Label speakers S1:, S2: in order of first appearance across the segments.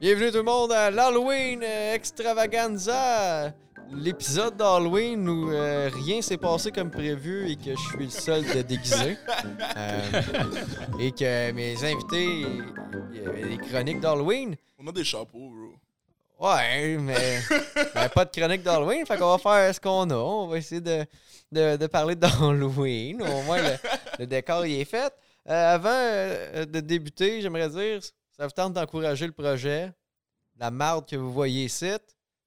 S1: Bienvenue tout le monde à l'Halloween euh, Extravaganza! L'épisode d'Halloween où euh, rien s'est passé comme prévu et que je suis le seul de déguisé. Euh, et que mes invités, il y avait des chroniques d'Halloween.
S2: On a des chapeaux, bro.
S1: Ouais, mais ben, pas de chronique d'Halloween, fait qu'on va faire ce qu'on a. On va essayer de, de, de parler d'Halloween. Au moins, le, le décor il est fait. Euh, avant euh, de débuter, j'aimerais dire, ça vous tente d'encourager le projet. La marde que vous voyez ici,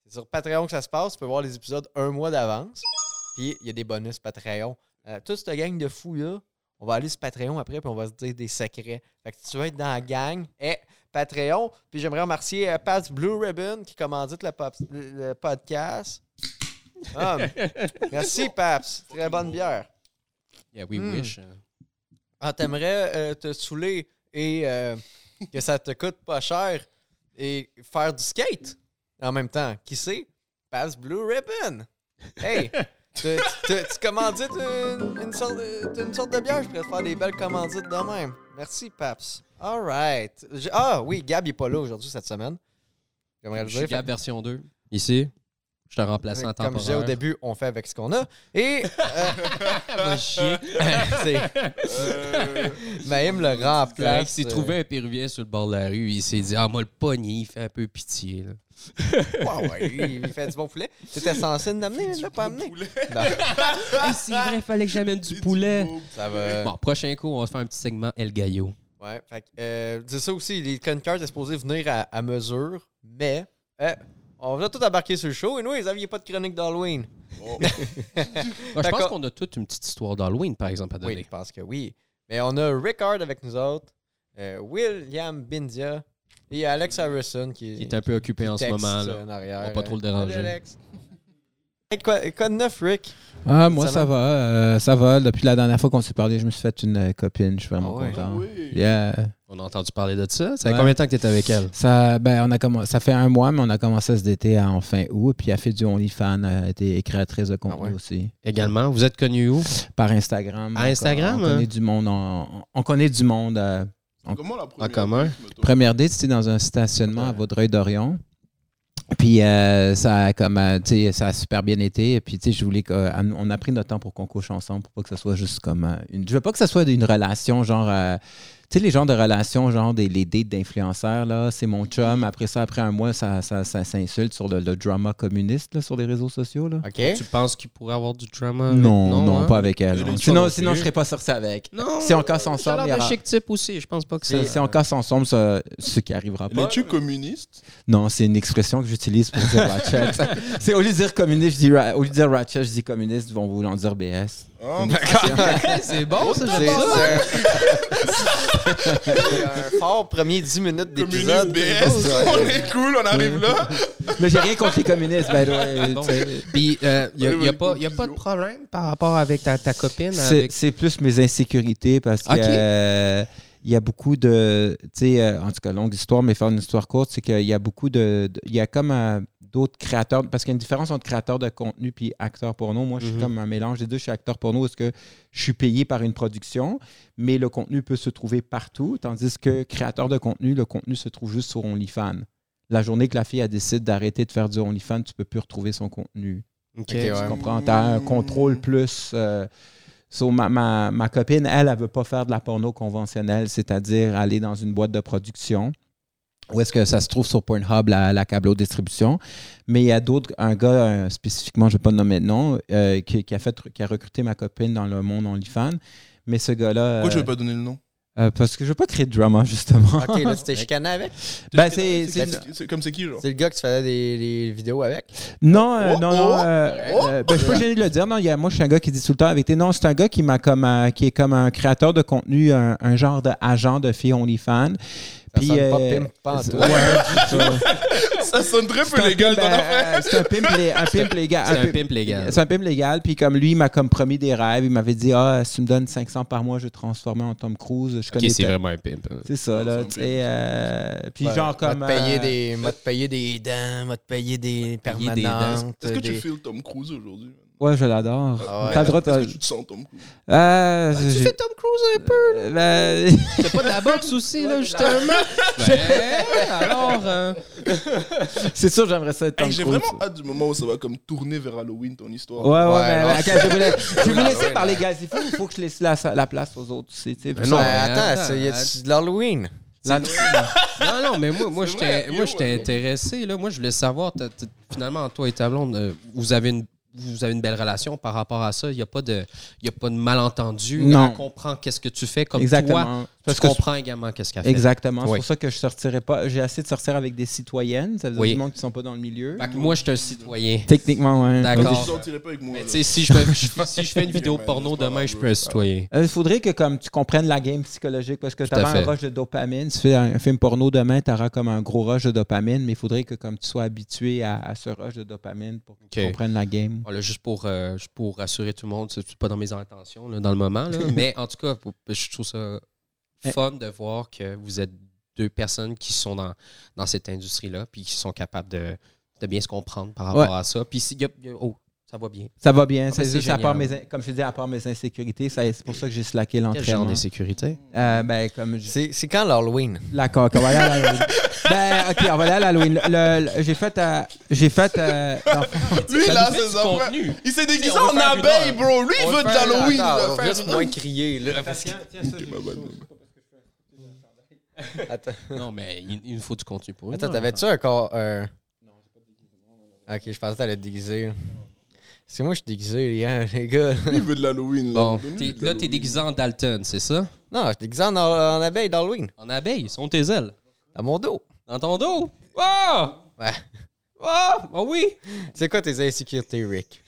S1: c'est sur Patreon que ça se passe. Tu peux voir les épisodes un mois d'avance. Puis il y a des bonus Patreon. Euh, toute cette gang de fous-là, on va aller sur Patreon après, puis on va se dire des secrets. Fait que si tu veux être dans la gang, eh, Patreon. Puis j'aimerais remercier euh, Pat Blue Ribbon qui commandite le, pop- le podcast. Ah, merci, Paps. Très bonne bière.
S3: Yeah, we
S1: Hmm.
S3: wish. hein.
S1: Ah, t'aimerais euh, te saouler et euh, que ça te coûte pas cher et faire du skate en même temps. Qui sait? Pass Blue Ribbon. Hey! Tu, tu- tu- tu commandites une, une sorte de, une sorte de bière, je pourrais te faire des belles commandites de même. Merci, Paps. All right. Je- ah oui, Gab n'est pas là aujourd'hui cette semaine. J'aimerais le
S3: Je suis
S1: dire.
S3: Gab version 2. Ici, je te remplace en
S1: Comme je disais au
S3: temporaire.
S1: début, on fait avec ce qu'on a. Et
S3: Va chier.
S1: c'est
S2: Euh,
S1: Maïm le euh,
S3: Là, il
S1: remplace.
S3: s'est trouvé un Péruvien sur le bord de la rue. Il s'est dit Ah, moi, le pogné, il fait un peu pitié. là.
S1: Ouais, Ah ouais, il fait du bon poulet. T'étais censé l'amener, il l'a pas amené.
S2: poulet.
S1: Non,
S3: Ah, c'est vrai, fallait que j'amène du
S2: du
S3: poulet.
S2: beau.
S1: ça va.
S3: Bon, prochain coup, on va se faire un petit segment El Gallo.
S1: Ouais, fait que, euh, c'est ça aussi, les chroniqueurs étaient supposés venir à, à mesure, mais euh, on va tout embarquer sur le show et nous, ils n'avaient pas de chronique d'Halloween.
S2: Oh,
S3: Bon, je
S1: Fait
S3: pense
S1: qu'on-
S3: qu'on a toute une petite histoire d'Halloween, par exemple, à
S1: Oui,
S3: donner.
S1: je pense que oui. Mais on a Rickard avec nous autres, euh, William Bindia et Alex Harrison qui,
S3: Il est un peu occupé en ce
S1: texte,
S3: moment.
S1: euh,
S3: Là.
S1: en arrière.
S3: On va pas trop le
S1: Salut,
S3: déranger.
S1: Alex. Hey, quoi, quoi de neuf, Rick?
S4: Ah, moi,
S1: Ça
S4: ça, va. euh, ça va. Depuis la dernière fois qu'on s'est parlé, je me suis fait une euh, copine. Je suis vraiment
S1: Ah ouais.
S4: content.
S2: oui.
S4: Yeah.
S3: On a entendu parler de ça. Ça fait
S4: Ouais.
S3: combien de temps que tu étais avec elle
S4: Ça, ben, on a commen- ça fait un mois, mais on a commencé à se dater en fin août. Puis elle fait du OnlyFans. Elle a été créatrice de contenu
S1: Ah ouais.
S4: aussi.
S3: Également, vous êtes connus où
S4: Par Instagram.
S3: À
S4: On-
S3: Instagram,
S4: On,
S3: hein?
S4: connaît du monde. On, on connaît du monde. euh,
S2: Comment la
S3: En
S2: première
S3: commun.
S2: mettons?
S4: Première date, c'était dans un stationnement à Vaudreuil-Dorion. Puis euh, ça, a comme, euh, tu sais, ça a super bien été. Et Puis tu sais, je voulais qu'on a pris notre temps pour qu'on couche ensemble, pour pas que ce soit juste comme euh, une. Je veux pas que ce soit une relation genre. euh, tu sais, les genres de relations, genre des, les dates d'influenceurs, là, c'est mon chum. Après ça, après un mois, ça, ça, ça s'insulte sur le, le drama communiste là, sur les réseaux sociaux. Là.
S1: OK.
S3: Tu penses qu'il pourrait avoir du drama avec-
S4: Non, non,
S3: hein?
S4: pas avec elle.
S2: Elle
S4: non.
S2: est
S4: Sinon,
S3: pas
S4: sinon
S3: non
S4: je serais pas sorti avec.
S3: Non.
S4: Si on casse
S3: Ça a
S4: ensemble, il y
S3: l'air d'un
S4: aura-
S3: chic type aussi. Je pense pas que ça.
S4: si, si on casse ensemble, ça- ce qui arrivera pas.
S2: Es-tu communiste?
S4: Non, c'est une expression que j'utilise pour dire ratchet. c'est au lieu de dire communiste, je dis ra- au lieu de dire ratchet, je dis communiste, ils vont vouloir dire BS.
S2: Hein?
S3: C'est bon, ça,
S1: C'est c'est un Euh, fort premier 10 minutes
S2: communiste
S1: d'épisode.
S2: BS. On est cool, on arrive là.
S4: Mais j'ai rien contre les communistes, by the way, tu sais.
S3: Puis, il n'y a,
S2: Ouais, ouais,
S3: pas, y a pas de
S2: conclusion.
S3: problème par rapport avec ta, ta copine.
S4: C'est
S3: Avec...
S4: c'est plus mes insécurités parce que
S3: Ok.
S4: euh, il y a beaucoup de. Tu sais, euh, en tout cas, longue histoire, mais faire une histoire courte, c'est qu'il y a beaucoup de. de- Il y a comme euh, d'autres créateurs. Parce qu'il y a une différence entre créateur de contenu puis acteur porno. Moi, je suis
S3: Mhm.
S4: comme un mélange des deux. Je suis acteur porno est-ce que je suis payé par une production, mais le contenu peut se trouver partout. Tandis que créateur de contenu, le contenu se trouve juste sur OnlyFans. La journée que la fille elle décide d'arrêter de faire du OnlyFans, tu peux plus retrouver son contenu.
S3: Ok.
S1: Ok, ouais.
S4: Tu comprends? T'as un contrôle plus. euh, so, ma, ma- ma copine, elle, elle veut pas faire de la porno conventionnelle, c'est-à-dire aller dans une boîte de production. Où est-ce que ça se trouve sur Pornhub, la, la câble distribution? Mais il y a d'autres, un gars euh, spécifiquement, je ne vais pas le nommer de nom, euh, qui, qui a fait, qui a recruté ma copine dans le monde OnlyFans. Mais ce gars-là.
S2: Pourquoi je
S4: euh,
S2: vais pas donner le nom?
S4: euh, parce que je ne veux pas créer de drama, justement.
S1: Ok, là, tu t'es chicané avec.
S4: Ben, c'est-
S2: C'est-
S4: c'est-
S2: c'est comme c'est qui, genre?
S1: C'est le gars que tu faisais des, des vidéos avec.
S4: Non, euh,
S2: Oh,
S4: non,
S2: oh,
S4: non. euh,
S2: oh.
S4: euh, ben, je suis pas gêné de le dire. Non, il y a- moi, je suis un gars qui dit tout le temps la vérité. Non, c'est un gars qui m'a comme euh, qui est comme un créateur de contenu, un, un genre de agent de filles OnlyFans.
S1: Ça sonne pas
S4: euh,
S1: pimp, pas en
S4: c'est-
S1: tout.
S4: ouais, du tout.
S2: Ça sonne très
S4: C'est
S2: peu
S4: un
S2: légal
S4: pimp,
S2: ton
S4: euh,
S2: affaire.
S4: C'est un pimp, lé- un pimp légal.
S3: C'est un pimp légal.
S4: C'est un pimp légal. Puis comme lui, il m'a comme promis des rêves. Il m'avait dit Ah, si tu me donnes 500 par mois, je vais te transformer en Tom Cruise. Je connais
S3: Ok, c'est
S4: ta-
S3: vraiment un pimp. hein.
S4: C'est ça,
S2: C'est un
S4: là. tu
S2: pimp.
S4: sais, euh, puis
S1: Ouais,
S4: genre comme.
S1: Va te payer
S4: euh,
S1: des, va te payer des dents, va te payer des
S3: payer des dents.
S1: permanentes.
S2: Est-ce que tu
S1: des-
S2: files Tom Cruise aujourd'hui? man?
S4: Ouais, je l'adore.
S1: Ah ouais.
S4: T'as le droit de-
S2: Est-ce que tu te sens Tom Cruise?
S4: Ah,
S1: Bah, Tu
S4: j'ai-
S1: fais Tom Cruise un peu?
S4: Euh, ben,
S3: C'est hein. pas de la boxe aussi, là, justement? Ben, alors, euh,
S4: c'est sûr, j'aimerais ça être Tom
S2: Hey, J'ai
S4: Cruise.
S2: vraiment hâte du moment où ça va comme tourner vers Halloween ton histoire.
S4: Ouais, ouais,
S1: Ouais,
S4: mais
S1: non.
S4: attends, je vais, la- je vais vous laisser
S1: Ouais,
S4: parler, guys. Il faut, il faut que je laisse la, la place aux autres. tu sais, tu sais,
S3: Ben non,
S1: Ouais,
S3: mais
S1: attends,
S3: attends,
S1: c'est- y a
S3: attends.
S1: de l'Halloween.
S4: la-
S3: non, non, mais moi, moi
S2: C'est
S3: j'étais
S2: vrai,
S3: moi,
S2: yo,
S3: j'étais
S2: yo.
S3: intéressé. Là. Moi, je voulais savoir, t'as- t'as- finalement, toi et ta blonde, euh, vous avez une vous avez une belle relation par rapport à ça. Il n'y a, pas de- il y a pas de malentendu.
S4: Non.
S3: Elle comprend qu'est-ce que tu fais comme toi.
S4: Exactement. Parce
S3: tu
S4: que-
S3: comprends également qu'est-ce qu'elle fait.
S4: Exactement. C'est
S3: Oui.
S4: pour ça que je sortirais pas. J'ai assez de sortir avec des citoyennes. Ça veut dire
S3: Oui.
S4: du monde qui sont pas dans le milieu.
S3: Fait que moi, je suis un citoyen.
S4: Techniquement, ouais.
S2: Tu
S3: D'accord.
S2: t'en tirais pas avec moi.
S3: Mais
S2: là.
S3: tu sais, si je, fais, je- si je fais une vidéo
S2: Ok, ben,
S3: porno
S2: c'est pas
S3: demain,
S2: grave,
S3: je peux un
S2: c'est pas
S3: citoyen.
S4: Euh, Il faudrait que comme tu comprennes la game psychologique parce que tu
S3: à
S4: as un
S3: fait.
S4: rush de dopamine. Tu fais un, un film porno demain, tu auras comme un gros rush de dopamine, mais il faudrait que comme tu sois habitué à, à ce rush de dopamine pour que tu
S3: Ok.
S4: comprennes la game.
S3: Voilà, juste pour, euh, juste pour rassurer tout le monde, c'est c'est pas dans mes intentions là, dans le moment. là. Mais en tout cas, pour- je trouve ça
S4: Eh.
S3: fun de voir que vous êtes deux personnes qui sont dans, dans cette industrie-là, puis qui sont capables de, de bien se comprendre par rapport à ça. Puis si- y a- y a- oh, ça va bien.
S4: Ça va bien. c'est
S3: mais Ah, ben, c'est
S4: juste à part
S3: génial.
S4: mes, in- comme je dis, à part mes insécurités, ça- c'est pour ça que j'ai slacké
S3: Quel genre
S4: l'entraînement.
S3: de sécurité?
S4: Euh, ben, comme je-
S1: C'est c'est quand l'Halloween?
S4: La coque, on va aller à l'Halloween. ben, ok, on va aller à l'Halloween. Le- le- J'ai fait. euh, J'ai fait. euh, dans-
S2: Lui,
S3: Ça
S2: là,
S3: nous fait
S2: c'est
S3: du
S2: affaires.
S3: contenu.
S2: Il s'est déguisé
S3: On veut
S2: en
S3: faire une
S2: abeille,
S3: heure.
S2: bro. Lui, il
S3: On
S2: veut de
S3: veut faire-
S2: l'Halloween.
S1: Attends,
S2: il veut faire
S1: Juste
S2: une
S1: moins
S2: heure.
S1: crier, là. parce que- Attends,
S3: Non, mais il, il nous faut du contenu pour une
S1: attends,
S3: heure.
S1: t'avais-tu encore un. Ok, je pensais que t'allais te déguiser. C'est moi, je suis déguisé, hein, les gars.
S2: Lui, il veut de l'Halloween. là.
S3: Bon,
S2: Donne-lui
S3: t'es-
S2: de
S3: là, t'es
S2: l'Halloween.
S3: déguisé en Dalton, c'est ça?
S1: Non, je suis déguisé en, en abeille d'Halloween.
S3: En abeille, sont tes ailes.
S1: À mon dos.
S3: Dans ton dos? Ah!
S1: Ouais.
S3: Ah! Ah oui!
S1: C'est quoi tes insécurités, Rick?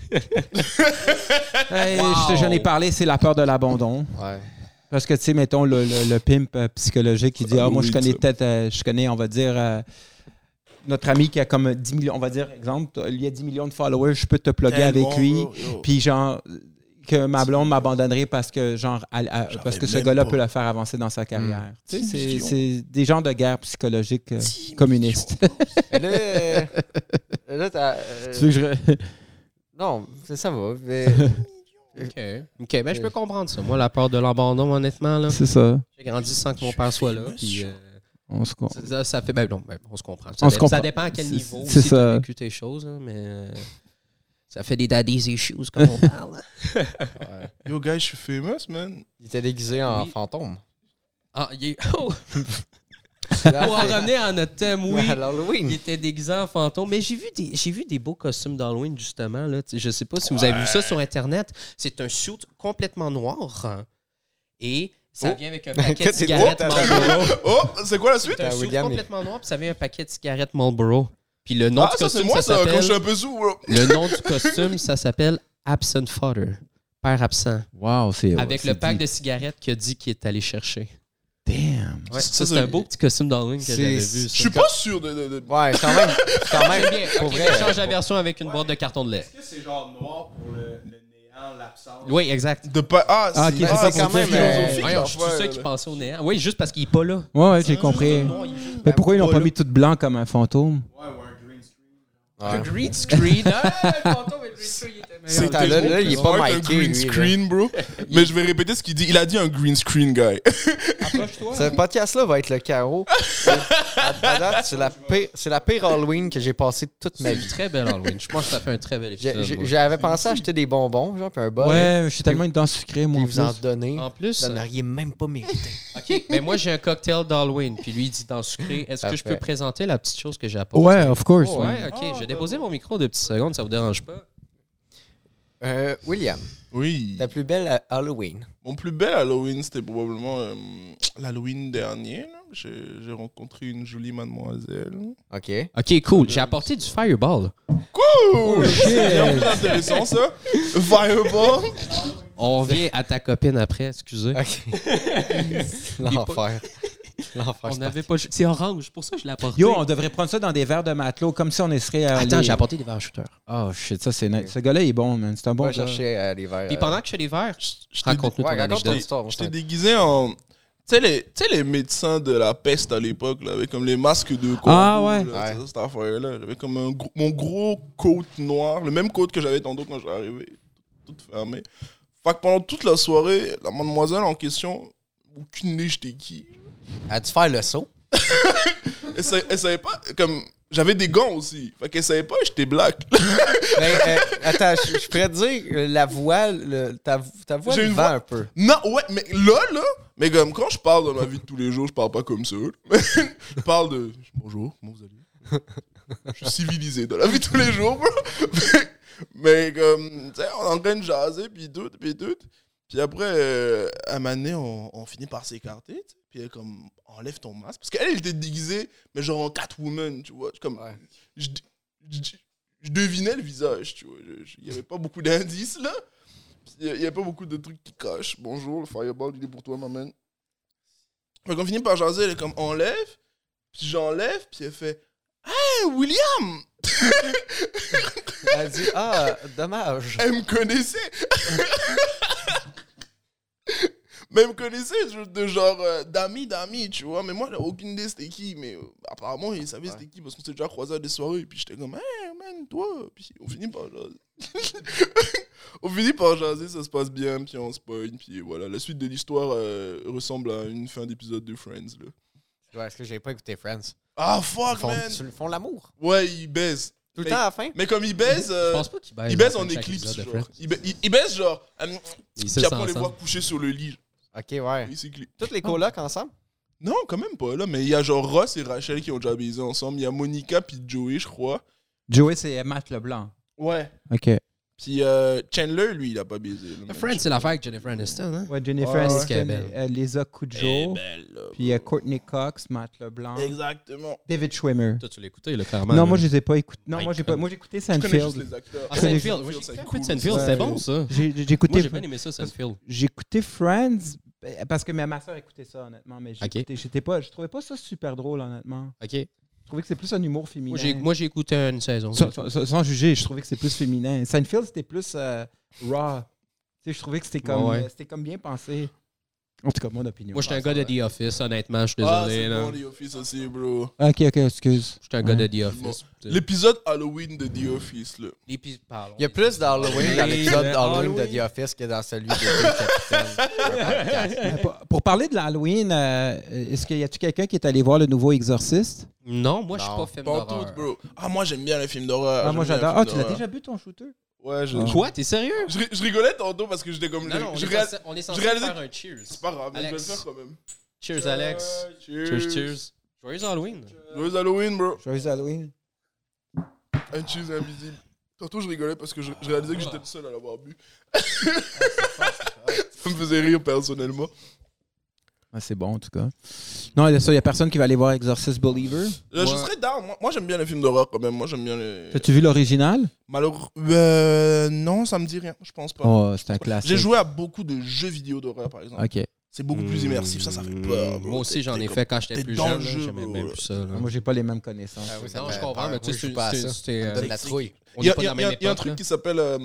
S4: Hey,
S3: Wow.
S4: je te- J'en ai parlé, c'est la peur de l'abandon.
S1: Ouais.
S4: Parce que, tu sais, mettons, le, le- le pimp euh, psychologique qui dit Ah, moi, je
S2: Halloween,
S4: connais
S2: ça.
S4: peut-être, euh, je connais, on va dire, euh, notre ami qui a comme 10 millions, on va dire, exemple, toi, lui a 10 millions de followers, je peux te plugger
S2: Tellement,
S4: avec lui.
S2: bro, yo.
S4: Puis, genre, que ma blonde m'abandonnerait parce que, genre, elle- elle-
S2: J'avais
S4: parce que ce
S2: même
S4: gars-là
S2: pas.
S4: peut la faire avancer dans sa carrière. Tu sais,
S2: 10
S4: c'est-
S2: millions.
S4: c'est des genres de guerre psychologique euh,
S2: Dix
S4: communiste.
S1: Mais là, euh, là, t'as. euh,
S4: Tu veux que je-
S1: Non, ça, ça va. Mais...
S3: OK. OK, ben je peux comprendre ça. Moi, la peur de l'abandon, honnêtement, là,
S4: C'est ça.
S3: j'ai grandi sans que mon père soit là. Puis, euh,
S4: On se con-
S3: ça- ça, ça fait... Ben non, ben, on se comprend. Ça,
S4: On
S3: dé-
S4: se comprend.
S3: ça dépend à quel
S4: C'est-
S3: niveau
S4: c'est
S3: aussi
S4: ça.
S3: t'as vécu tes choses, là, mais... euh, Ça fait des daddies issues, comme on parle.
S1: Ouais.
S2: Yo, guys, je suis famous, man.
S1: Il était déguisé en
S3: Oui.
S1: fantôme.
S3: Ah, il est- oh,
S1: Là,
S3: pour en
S1: c'est-
S3: revenir à notre thème, oui.
S1: à
S3: Il
S1: l'Halloween.
S3: était déguisé en fantôme. Mais j'ai vu des, j'ai vu des beaux costumes d'Halloween, justement. Là. Tu sais, Je sais pas si vous avez vu ça sur Internet. C'est un suit complètement noir. hein, Et ça
S1: Oh.
S3: vient avec un paquet de
S1: Qu'est-ce que c'est? Oh,
S3: cigarettes
S1: t'as-
S3: Marlboro.
S2: Oh, c'est quoi la suite?
S3: C'est un
S1: Ah,
S3: suit
S1: William, mais-
S3: complètement noir, puis ça vient un paquet de cigarettes Marlboro. Puis le nom
S2: Ah,
S3: du
S2: ça, c'est
S3: costume,
S2: moi,
S3: ça
S2: ça, quand je suis
S3: s'appelle...
S2: un peu sous, bro.
S3: Le nom du costume, ça s'appelle Absent Father. Père absent.
S4: Wow, c'est.
S3: avec
S4: c'est
S3: le pack
S4: dit-
S3: de cigarettes qu'il a dit qu'il est allé chercher.
S4: Damn.
S3: Ouais,
S2: Ça,
S3: ça, c'est
S2: c'est-
S3: un beau petit costume d'Halloween que
S1: C'est-
S3: j'avais vu.
S2: Je suis pas sûr de. de, de...
S1: Ouais, quand même. Quand même.
S3: bien.
S1: pour
S3: Ok,
S1: vrai,
S3: change la version avec une boîte de carton de lait.
S5: Est-ce que c'est genre noir pour le, le néant, l'absence?
S3: Oui, exact.
S2: de pa- Ah,
S4: Ah, ok,
S2: c'est
S4: c'est
S2: ah,
S4: pas
S2: c'est
S4: pour dire,
S2: philosophique.
S4: euh,
S3: Voyons,
S2: genre,
S3: je suis tout
S2: ouais,
S3: ça
S2: ouais.
S3: qui pensait au néant. Oui, juste parce qu'il est pas là.
S4: Ouais, ouais, j'ai compris. Mais pourquoi ils l'ont pas mis tout blanc comme un fantôme?
S5: Ouais, ou un green screen.
S1: Ouais.
S3: Green screen. le fantôme et le green screen, il était
S2: C'était
S1: Attends, là, là, il est
S2: drôle,
S1: pas miqué,
S2: mais un green
S1: lui, là.
S2: screen, bro. Mais je vais répéter ce qu'il dit. Il a dit un green screen, guy.
S3: Approche-toi.
S1: Ce podcast-là va être le carreau. À- à date, C'est la, pire- c'est la pire Halloween que j'ai passée toute ma
S3: C'est
S1: vie.
S3: une très belle Halloween. Je pense que ça fait un très bel
S1: J'ai-
S3: épisode.
S1: j'ai-
S3: moi.
S1: J'avais pensé acheter des bonbons, genre, puis un bol.
S4: Ouais, je suis tellement une dent sucrée,
S1: Puis
S4: moi. en
S1: vous en
S4: plus.
S1: donner.
S3: En plus, euh,
S1: Vous n'auriez même pas mérité.
S3: OK, mais moi j'ai un cocktail d'Halloween, puis lui il dit dans sucré. Est-ce que je peux
S1: Parfait.
S3: présenter la petite chose que j'ai apportée?
S4: Ouais, of course.
S3: Oh,
S4: ouais.
S3: ouais, ok. J'ai déposé mon micro deux petites secondes, ça vous dérange pas?
S1: Euh, William,
S2: Oui.
S1: la plus belle euh, Halloween.
S2: Mon plus bel Halloween, c'était probablement euh, l'Halloween dernier. là. J'ai j'ai rencontré une jolie mademoiselle.
S1: OK.
S3: Ok, cool. J'ai apporté du fireball.
S2: Oh, c'est bien plus intéressant, ça. Fireball.
S3: On revient à ta copine après, excusez.
S1: OK. L'enfer. L'enfer.
S3: On
S1: c'est
S3: n'avait pas. C'est orange, pour ça que je l'ai apporté.
S4: Yo, on devrait prendre ça dans des verres de matelot, comme si on essaierait. à
S3: Attends,
S4: les-
S3: j'ai apporté des verres shooters.
S4: Oh shit, ça c'est nice. Ce gars-là il est bon, man. C'est
S1: pas-
S4: un bon
S1: Va
S4: gars.
S1: chercher euh, les verres.
S3: Puis pendant que je fais les verres,
S2: Je- je t'ai dit-
S3: raconte-nous ton
S1: Ouais, raconte ton
S3: anecdote.
S1: histoire. on
S2: J'étais
S1: s'en-
S2: déguisé en. sais, les, tu sais, les médecins de la peste à l'époque, là, avec comme les masques de corbeau,
S4: Ah, ouais.
S2: là, tu
S1: Ouais.
S2: sais, cette affaire-là. J'avais comme un gros- mon gros coat noir, le même coat que j'avais tantôt quand j'étais arrivé, tout fermé. Fait que pendant toute la soirée, la mademoiselle en question, aucune idée j'étais qui.
S1: euh,
S3: A dû faire le saut.
S2: Elle, sa- elle savait pas, comme, j'avais des gants aussi. Fait qu'elle savait pas j'étais black.
S1: Ben, euh, attends, je je pourrais te dire, euh, la voix, le- ta, ta voix
S2: J'ai
S1: me
S2: une
S1: vend
S2: voix-
S1: un peu.
S2: Non, ouais, mais là, là, mais comme quand je parle dans ma vie de tous les jours, je parle pas comme ça. je parle de bonjour, comment vous allez Je suis civilisé dans la vie de tous les jours, bro. Mais, mais comme, tu sais, on est en train de jaser, puis tout, puis tout. Puis après, euh, à un moment donné, on, on finit par s'écarter, tu sais. puis elle, comme, enlève ton masque. Parce qu'elle, elle était déguisée, mais genre en Catwoman, tu vois. Comme, je, je- je devinais le visage, tu vois. Je- je- Il n'y avait pas beaucoup d'indices, là. Il n'y a, pas beaucoup de trucs qui cachent. Bonjour, le fireball, il est pour toi, ma man. Fait qu'on finit par jaser, elle est comme enlève, puis j'enlève, puis elle fait Hey, William
S1: Elle a dit, ah, dommage.
S2: Elle me connaissait Mais elle me connaissait je- de genre euh, d'amis, d'amis, tu vois. Mais moi, j'avais aucune idée c'était qui. Mais euh, apparemment, il savait c'était qui parce qu'on s'est déjà croisés à des soirées. Puis j'étais comme Hey, man, toi Puis on finit par jaser. on finit par jaser, ça se passe bien, puis on se pogne. Puis voilà, la suite de l'histoire euh, ressemble à une fin d'épisode de Friends. Là.
S1: Ouais, parce que j'ai pas écouté Friends.
S2: Ah,
S1: Ils
S2: fuck,
S1: font,
S2: man
S1: tu le font l'amour.
S2: Ouais, il baise.
S1: Tout le
S2: Mais-
S1: temps à la fin.
S2: Mais comme il baise. euh,
S3: Je pense pas qu'il baise.
S2: il baise en
S3: à la fin de chaque
S2: éclipse,
S3: épisode de
S2: genre.
S3: Friends.
S2: Il, ba- il- il baise, genre. euh,
S3: Ils se
S2: Puis après, on les
S3: sentent
S2: voit couchés sur le lit.
S1: Ok, ouais.
S2: Ils s'éclipsent.
S1: Toutes les colocs ensemble?
S2: Non, quand même pas, là. Mais il y a genre Ross et Rachel qui ont déjà baisé ensemble. Il y a Monica puis Joey, je crois.
S4: Joey, c'est Matt Leblanc.
S2: Ouais.
S4: OK. Ouais,
S2: Puis euh, Chandler, lui, il a pas baisé. là, mais-
S3: Friends, c'est l'affaire avec Jennifer Aniston. Hein?
S4: Jennifer
S2: Ouais, ouais.
S4: Aniston,
S3: Qu'elle est belle.
S4: euh, Lisa Kudrow,
S2: Eh ben, là,
S4: puis euh, Courtney Cox, Matt Leblanc,
S2: Exactement.
S4: David Schwimmer.
S3: Toi, tu l'as écouté, là, clairement.
S4: Non,
S3: là.
S4: moi, je les ai pas écoutés. Non,
S3: My
S4: moi, j'ai
S3: God.
S4: pas... moi, j'ai écouté
S2: Je connais juste
S4: Sandfield.
S2: les acteurs.
S3: Ah,
S4: Sandfield,
S3: Sandfield.
S2: Sandfield,
S3: oui,
S2: c'est
S3: J'ai écouté
S2: cool.
S3: Sandfield, c'était bon, ça.
S4: J'ai j'ai
S3: Moi,
S4: écouté...
S3: j'ai bien aimé ça, Sandfield.
S4: J'ai écouté Friends ben, parce que ma ma soeur écoutait ça, honnêtement. Mais j'ai
S3: Ok.
S4: écouté- j'étais pas, je trouvais pas ça super drôle, honnêtement.
S3: OK.
S4: Je trouvais que c'est plus un humour féminin.
S3: Moi, j'ai- Moi, j'ai écouté une saison.
S4: sans, sans- sans juger, je trouvais que c'est plus féminin. Seinfeld, c'était plus euh, raw. Tu sais, je trouvais que c'était comme,
S3: Ouais, ouais.
S4: euh, c'était comme bien pensé. En tout cas, mon opinion.
S3: Moi, j'étais un gars de The Office, honnêtement, je suis
S2: Ah,
S3: désolé.
S2: c'est
S3: là.
S2: bon, The Office aussi, bro.
S4: Ok, ok, excuse.
S3: J'étais un gars de
S4: Ouais.
S3: The Office.
S2: L'épisode Halloween de The Office, là.
S3: L'épisode. Pardon.
S1: Il y a plus d'Halloween dans l'épisode
S3: Oui,
S1: d'Halloween de
S3: Halloween.
S1: The Office que dans celui de The Capitaine.
S4: Euh, pour, pour parler de l'Halloween, euh, est-ce qu'il y a-tu quelqu'un qui est allé voir le nouveau Exorciste
S3: Non, moi, je suis
S1: Non,
S3: pas film
S2: Pas en tout,
S3: d'horreur.
S2: bro. Ah, moi, j'aime bien les films d'horreur.
S4: Ah,
S2: J'aime
S4: moi
S2: bien les
S4: j'adore. Ah,
S2: films
S4: tu l'as
S2: d'horreur.
S4: déjà bu ton shooter
S2: Ouais, je.
S4: Ah.
S3: Quoi, t'es sérieux?
S2: Je, ri- je rigolais tantôt parce que j'étais comme.
S3: Non, non, on
S2: je
S3: est
S2: réal-
S3: censé- on est censé
S2: je réalisais-
S3: faire un cheers.
S2: C'est pas grave, mais je vais le
S3: Alex.
S2: faire quand même.
S3: Cheers, Alex. Cheers, cheers. Joyeux Halloween.
S2: Joyeux Halloween, bro.
S4: Joyeux Halloween.
S2: Un cheese invisible. Tantôt, je rigolais parce que je, je réalisais que j'étais le seul à l'avoir bu.
S3: Ah,
S2: ça me faisait rire personnellement.
S4: Ah, c'est bon, en tout cas. Non, il y a ça, il y a personne qui va aller voir Exorcist Believer.
S2: Euh, Je
S3: Ouais.
S2: serais down. Moi, moi, j'aime bien les films d'horreur quand même. Moi, j'aime bien les.
S4: As-tu vu l'original
S2: Malheureux. Euh, non, ça me dit rien. Je pense pas.
S4: Oh, c'est un classique.
S2: J'ai joué à beaucoup de jeux vidéo d'horreur, par exemple.
S4: Ok.
S2: C'est beaucoup plus immersif. Ça, ça fait peur. bro.
S3: Hmm. Moi aussi, j'en
S2: T'es
S3: ai
S2: comme-
S3: fait quand j'étais
S2: t'es
S3: plus
S2: dans
S3: jeune.
S2: le
S3: là,
S2: jeu,
S3: J'aimais
S2: bro.
S3: même plus ça. là.
S4: Moi, j'ai pas les mêmes connaissances.
S1: Ah oui, ça me
S3: Non, je
S1: fait
S3: comprends,
S1: peur.
S3: mais
S1: Moi,
S3: tu
S1: je
S3: sais,
S1: joue pas à
S3: c'est-
S1: ça.
S3: c'était.
S1: Ça me
S3: euh,
S1: donne la trouille.
S3: On
S2: Il y
S3: est
S2: a,
S3: pas
S2: il y a-
S3: dans la même
S2: il y a un
S3: époque.
S2: truc
S3: là.
S2: qui s'appelle euh,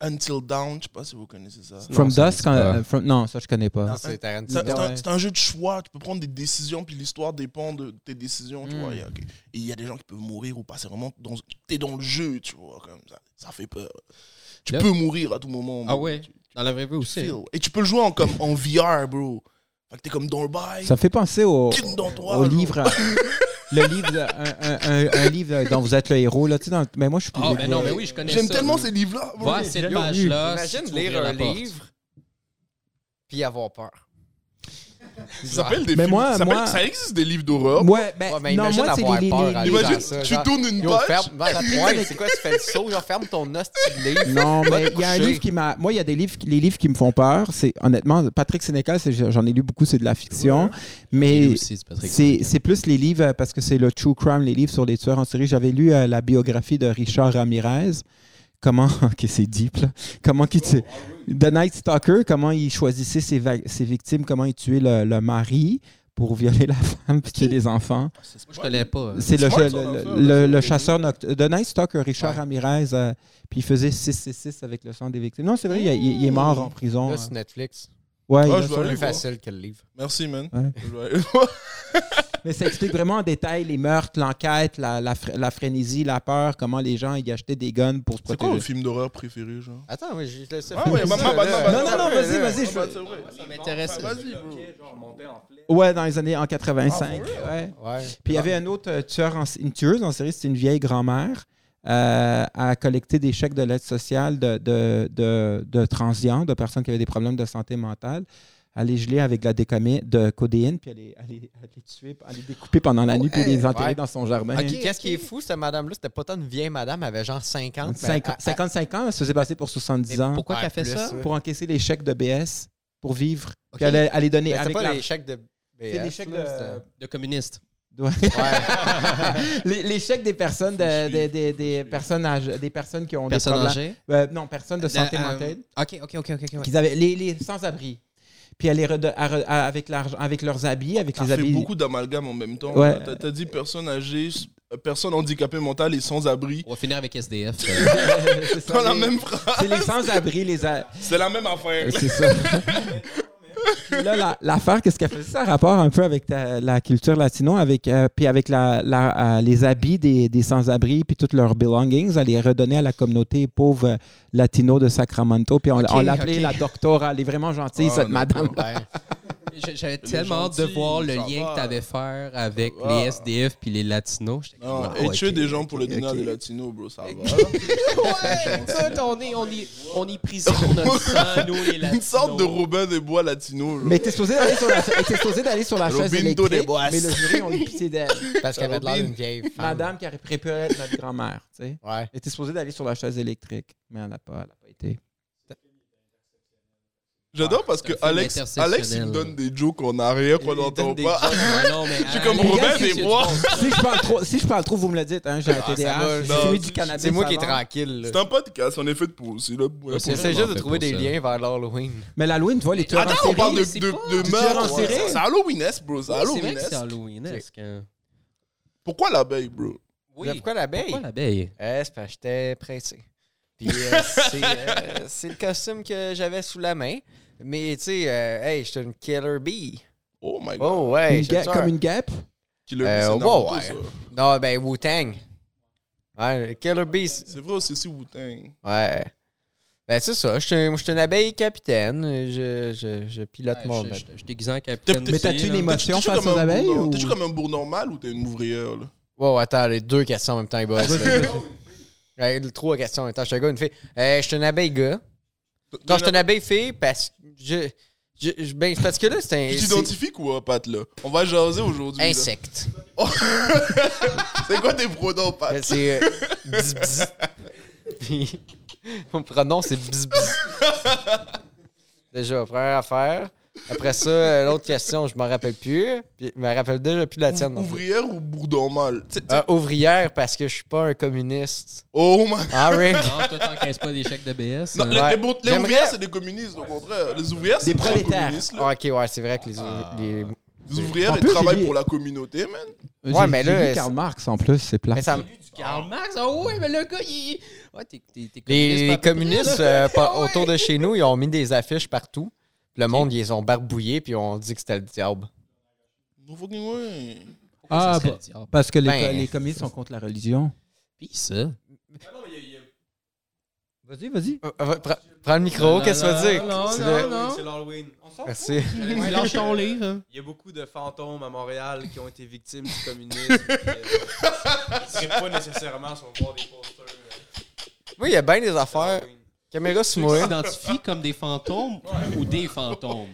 S2: Until Dawn. Je sais pas si vous connaissez ça.
S4: From
S3: Non, ça
S4: Dusk,
S3: me dit pas.
S4: euh, from- non, ça je connais pas.
S1: C'est
S2: C'est
S1: Tarantino.
S2: un- c'est
S4: Ouais.
S2: un, c'est un jeu de choix. Tu peux prendre des décisions, puis l'histoire dépend de tes décisions. Tu
S4: Mm.
S2: vois, il y a- et il y a des gens qui peuvent mourir ou pas. C'est vraiment. dans- T'es dans le jeu, tu vois. Comme ça, ça fait peur. Tu
S3: Là-
S2: peux mourir à tout moment.
S3: Ah
S2: bro.
S3: ouais,
S2: Tu-
S3: dans la vraie vie
S2: tu
S3: aussi.
S2: feel. Et tu peux le jouer en, comme, en VR, bro. Fait que t'es comme dans le bail.
S4: Ça me fait penser au,
S2: Kick dans toi,
S4: au
S2: genre.
S4: livre. le livre, de- un, un- un- un livre dont vous êtes le héros. Là, tu sais, dans- mais moi, je suis plus.
S3: Ah, ben non, mais oui, je connais ça.
S2: J'aime tellement
S3: oui.
S2: ces livres-là. bro.
S3: Voir cette page-là.
S1: Imagine
S3: Ah, si tu
S1: lire
S3: ouvrais
S1: un
S3: la porte.
S1: livre puis avoir peur.
S2: Ça s'appelle des
S4: Mais
S2: films-
S4: moi-
S2: ça s'appelle-
S4: moi-
S2: Ça existe des livres d'horreur.
S4: Ouais, ben,
S1: Ouais, mais
S4: non,
S1: imagine
S4: moi, c'est
S1: avoir
S4: les,
S1: peur
S4: les-
S1: à
S4: les-
S1: lire.
S2: Imagine,
S1: dans ça,
S2: tu
S1: genre,
S2: tournes une
S1: Yo,
S2: page.
S1: ferme. Ouais, ouais, c'est quoi, tu fais le saut, genre, ferme ton hostie de livre.
S4: Non,
S1: Va
S4: mais
S1: te
S4: il y a un
S1: coucher.
S4: livre qui m'a. Moi, il y a des livres, qui- les livres qui me font peur. C'est honnêtement, Patrick Sénécal, c'est- j'en ai lu beaucoup, c'est de la fiction.
S3: Et
S4: Mais
S3: aussi, c'est Patrick.
S4: c'est c'est plus les livres euh, parce que c'est le true crime, les livres sur les tueurs en série. J'avais lu euh, la biographie de Richard Ramirez. Comment, ok, c'est deep là. Comment qu'il tu- The Night Stalker, comment il choisissait ses, va- ses victimes, comment il tuait le, le mari pour violer la femme puis tuer les
S3: Moi,
S4: enfants.
S3: je connais pas.
S4: C'est le,
S2: Smart,
S4: le-
S2: son
S4: le-
S2: affaire,
S4: le-
S2: là,
S4: le
S2: c'est-
S4: chasseur nocturne. The Night Stalker, Richard
S1: Ouais.
S4: Ramirez, euh, puis il faisait 666 avec le sang des victimes. Non, c'est vrai, il, a- il- il est mort en prison.
S1: Là,
S4: euh.
S1: sur Netflix.
S4: Ouais, il
S2: Ah,
S4: a
S2: je vais
S4: ça.
S2: aller
S1: Plus
S2: voir.
S1: facile que le livre.
S2: Merci, man.
S4: Ouais.
S2: Je vais aller voir.
S4: Mais ça explique vraiment en détail les meurtres, l'enquête, la, la, fré- la frénésie, la peur, comment les gens ils achetaient des guns pour se
S2: C'est quoi
S4: protéger.
S2: le film d'horreur préféré, genre
S1: Attends, mais je laisse
S2: Ah ouais, maman, bah, non, bah,
S4: non, non, non, vas-y, vas-y. je
S2: Ah, bah,
S4: veux-
S2: c'est vrai.
S3: Ça m'intéresse.
S2: Ah, Vas-y, bro.
S5: Ok, genre, monter en flèche.
S4: Ouais, dans les années en
S2: Ah,
S4: 85. ouais.
S1: Ouais.
S4: Puis il y avait un autre euh, tueur en, une tueuse en série, c'était une vieille grand-mère euh, à collecter des chèques de l'aide sociale de, de, de, de transients, de personnes qui avaient des problèmes de santé mentale. Elle les geler avec de la décomé- de codéine, puis elle les, elle les- elle les tuer, elle les découper pendant la nuit, puis les enterrer
S1: Oh, ouais.
S4: dans son jardin.
S1: Ok, hein, Qu'est-ce qui est fou, cette madame-là, c'était pas tant une vieille madame, elle avait genre 50. mais
S4: Cinq-
S1: elle- elle-
S4: 55 ans, elle se faisait passer pour 70 ans
S3: Pourquoi
S1: Ouais,
S3: qu'elle fait
S1: plus,
S3: ça?
S1: ouais.
S4: pour encaisser les chèques de BS pour vivre.
S1: Ok.
S4: Puis elle, allait- elle les
S1: mais
S4: donnait
S1: C'était
S4: avec
S1: pas
S4: la-
S1: les chèques de.
S4: C'est
S1: BS,
S4: des chèques
S1: là,
S4: de-
S3: De communiste.
S4: Ouais.
S1: c'était- Ouais.
S4: les, les chèques des personnes, de- des- des- des personnes âgées- des personnes qui ont
S3: Personne
S4: des problèmes.
S3: âgée?
S4: Euh, non, personne de santé
S3: Euh, euh,
S4: mentale.
S3: Ok, ok, ok, ok. ok, ouais.
S4: Qu'ils avaient les, les sans-abri. Puis elle les redo- à re- à- avec, l'argent- avec leurs habits, avec
S2: T'as
S4: les
S2: fait
S4: habits.
S2: beaucoup d'amalgames en même temps.
S4: Ouais.
S2: là. T'as- T'as dit personne âgée, s- personne handicapée mentale et sans-abri.
S3: On va finir avec SDF.
S4: C'est ça,
S2: Dans la
S4: les-
S2: même phrase.
S4: C'est les sans-abri, les. a-
S2: C'est la même affaire.
S4: Euh, C'est ça. Puis là, la- l'affaire, qu'est-ce qu'elle faisait? Ça a rapport un peu avec ta- la culture latino, avec, euh, puis avec la, la- euh, les habits des, des sans-abri, puis toutes leurs belongings. Elle les redonnait à la communauté pauvre euh, latino de Sacramento. Puis on, on l'appelait
S3: ok.
S4: la doctora. Elle est vraiment gentille,
S2: Ah,
S4: cette
S2: d'accord.
S4: madame.
S1: Ouais.
S3: J- J'avais tellement hâte de
S2: gentils,
S3: voir le
S2: ça
S3: lien
S2: va.
S3: que t'avais faire avec
S2: Ah.
S3: les SDF puis les latinos. J'étais comme,
S2: Non,
S3: wow,
S2: et
S3: ok,
S2: tuer des gens pour le
S3: ok,
S2: dîner à
S3: ok.
S2: des latinos, bro, ça va.
S3: Ouais, écoute, on est, on est, on est prisés pour notre sang, nous, les latinos.
S2: Une sorte de Robin des Bois latino. genre.
S4: Mais t'es supposé d'aller sur la, t'es supposé d'aller sur la chaise
S2: Robin
S4: électrique,
S2: des Bois.
S4: mais le jury, on lui pitié d'elle.
S1: Parce qu'elle avait de l'air
S2: Robin.
S1: d'une vieille femme.
S4: Madame qui aurait préféré être notre grand-mère, tu sais.
S1: Ouais.
S4: Elle était supposée d'aller sur la chaise électrique, mais elle n'a pas, elle n'a pas été.
S2: J'adore parce que
S3: Ah, C'est un film
S2: Alex, Alex, il me
S3: intersectionnel.
S2: donne des jokes en arrière qu'on
S3: Il donne
S2: n'entend
S3: des
S2: pas.
S3: jokes. Ouais, non, mais,
S2: J'ai
S3: euh,
S2: comme
S3: les
S2: Robin
S3: gars,
S2: des
S3: c'est-
S2: Bois.
S3: c'est du bon.
S4: si, je parle trop, si je parle trop, vous me le dites, hein, j'ai un
S1: Ah, ça
S4: TDAH,
S1: va,
S4: j'ai
S2: non,
S4: fumé
S2: tu-
S4: du cannabis.
S1: C'est moi qui est
S4: avant.
S1: tranquille. là.
S2: C'est un podcast, on est fait pour aussi. Là, pour-
S1: C'est
S2: pour-
S1: c'est
S3: on
S1: juste
S3: en
S1: de
S3: fait
S1: trouver
S3: pour
S1: des
S3: ça.
S1: liens vers l'Halloween.
S4: Mais l'Halloween, tu vois, les tueurs
S2: Attends, on parle de,
S3: mais
S2: de,
S3: c'est
S2: de,
S3: pas-
S2: de
S4: Tu
S2: meurtre.
S4: tires en série?
S2: C'est Halloweenesque, bro. C'est
S3: Ouais, C'est vrai que
S2: Halloweenesque.
S3: c'est Halloweenesque. hein.
S2: Pourquoi l'abeille, bro
S1: Oui. Pourquoi l'abeille?
S3: Pourquoi l'abeille?
S1: Eh, c'est parce que j'étais pressé. Puis euh, c'est euh, c'est le costume que j'avais sous la main. Mais tu sais, euh, hey, j'étais une killer bee.
S2: Oh my god.
S1: Oh ouais,
S4: une
S1: j'étais
S4: guêpe-
S1: ça.
S4: comme une guêpe.
S2: Killer
S1: Euh,
S2: Bee, c'est
S1: ouais,
S2: Naruto,
S1: ouais.
S2: ça.
S1: Non, ben Wu-Tang. Ouais, le killer bee. c'est-
S2: C'est vrai aussi, si Wu-Tang.
S1: Ouais. Ben c'est ça, j'étais- moi, j'étais une abeille capitaine. Je, je, je pilote mon...
S3: Ouais, je- Je je déguisais en
S2: T'as-
S3: capitaine.
S2: t'as-
S4: Mais t'as-tu une
S3: là.
S4: émotion
S2: T'es-tu
S4: face
S2: comme un
S4: aux
S2: bourg
S4: abeilles?
S2: nor-
S4: ou-
S2: T'es-tu comme un bourg normal ou t'es une ouvrière, là
S1: Wow, attends, les deux questions en même temps, les boss. Euh, ouais, les trois questions en même temps. Je suis un gars, une fille. Euh, je suis une abeille gars. Quand je suis une abeille fille, parce que je. je, je- ben, c'est parce que là, c'est Eh, un.
S2: Tu
S1: c'est
S2: t'identifies quoi, Pat, là On va jaser aujourd'hui. là.
S1: Insecte.
S2: C'est quoi tes pronoms, Pat
S1: C'est. euh, bzz, bzz. Puis. Mon pronom, c'est bzz, bzz. Déjà, première affaire. Après ça, euh, l'autre question, je m'en rappelle plus. Puis, je me rappelle déjà plus la tienne. non plus.
S2: Ouvrière ou bourg normal T'sais- t'sais-
S1: Euh, ouvrière, parce que je suis pas un communiste.
S2: Oh my
S1: Ah, oui.
S3: Non, toi, t'encaisses pas des chèques de BS.
S2: Non,
S3: hein.
S2: les, les
S1: Ouais.
S2: bourg- les
S1: J'aimerais-
S2: ouvrières, c'est des communistes, au contraire. Les ouvrières, c'est
S4: Des
S2: pas des
S4: prolétaires.
S2: communistes. là.
S1: Ah, ok, ouais, c'est vrai que les. ouv- les-
S2: Les ouvrières,
S4: En
S2: elles
S4: plus, j'ai
S2: travaillent
S4: dit-
S2: pour la communauté, man.
S1: Ouais, mais
S4: J'ai
S1: là,
S4: lu Karl
S1: c'est-
S4: Marx en plus, c'est plat.
S1: Mais ça me-
S3: Karl Marx, oh ouais, mais le gars, il. Ouais, t'es, t'es, t'es
S1: Les,
S3: pas
S1: les
S3: à peu près,
S1: communistes
S3: là.
S1: euh, par-
S3: Ouais.
S1: autour de chez nous, ils ont mis des affiches partout. Puis Le monde, ils les ont barbouillé puis on dit que c'était le diable.
S2: No fucking way.
S4: Ah,
S3: Ça serait
S4: bah.
S3: le diable.
S4: Parce que les,
S1: Ben.
S4: les communistes sont contre la religion.
S3: Puis ça.
S5: Non, non, il y a- il y a-
S4: Vas-y, vas-y.
S1: Euh, euh, pre- prends le micro,
S3: Non,
S1: qu'est-ce que
S3: non,
S1: tu veux dire?
S3: non,
S1: C'est
S3: non,
S1: le-
S3: non.
S5: C'est l'Halloween. On s'en
S1: Merci.
S5: fout.
S3: Lâche ton livre. hein.
S5: Il y a beaucoup de fantômes à Montréal qui ont été victimes du communisme. puis, euh, Ils ne seraient pas nécessairement sur voir des posters. euh,
S1: Moi, il y a bien des affaires.
S5: d'Halloween.
S1: Caméra sous moi.
S3: S'identifie comme des fantômes ou des fantômes.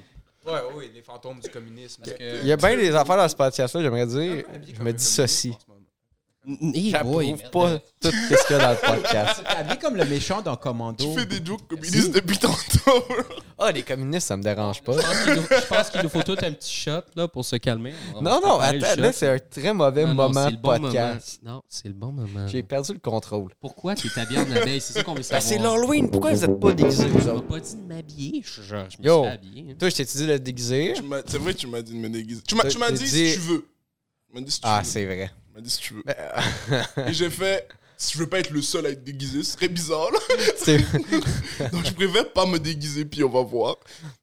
S5: Ouais, ouais, ouais, les fantômes du communisme. Parce que-
S1: Il y a bien des affaires dans ce podcast-là, j'aimerais dire. Je me dis ceci.
S3: Et
S1: J'approuve pas tout ce qu'il y a dans le podcast.
S4: Habillé comme le méchant dans Commando.
S2: Tu fais des jokes communistes depuis tantôt.
S1: Ah, les communistes, ça me dérange pas.
S3: Je pense qu'il nous- je pense qu'il nous faut tout un petit shot là, pour se calmer. On va
S1: Non, non,
S3: préparer le
S1: attends,
S3: shot.
S1: là, c'est un très mauvais
S3: Non, non,
S1: moment
S3: c'est
S1: de
S3: le bon
S1: podcast.
S3: moment. Non, c'est le bon moment.
S1: J'ai perdu le contrôle.
S3: Pourquoi t'es habillé en abeille? C'est ça qu'on veut
S1: Ben,
S3: savoir.
S1: c'est l'Halloween, pourquoi vous êtes pas déguisés, vous
S3: On m'a
S1: autres?
S3: pas dit de m'habiller. Je, je me
S1: Yo.
S3: suis habillé. hein.
S1: Toi, je t'ai dit de te déguiser.
S2: Tu m'as- C'est vrai que tu m'as dit de me déguiser. Tu m'as
S4: Euh,
S1: T'as-
S2: tu m'as
S1: t'as
S2: dit
S1: dit-
S2: si tu veux. Tu m'as dit si tu
S1: Ah,
S2: veux.
S1: c'est vrai.
S2: Tu m'as dit si tu veux. Et j'ai fait. je veux pas être le seul à être déguisé, ce serait bizarre. Là.
S1: C'est-
S2: Donc je préfère pas me déguiser, puis on va voir.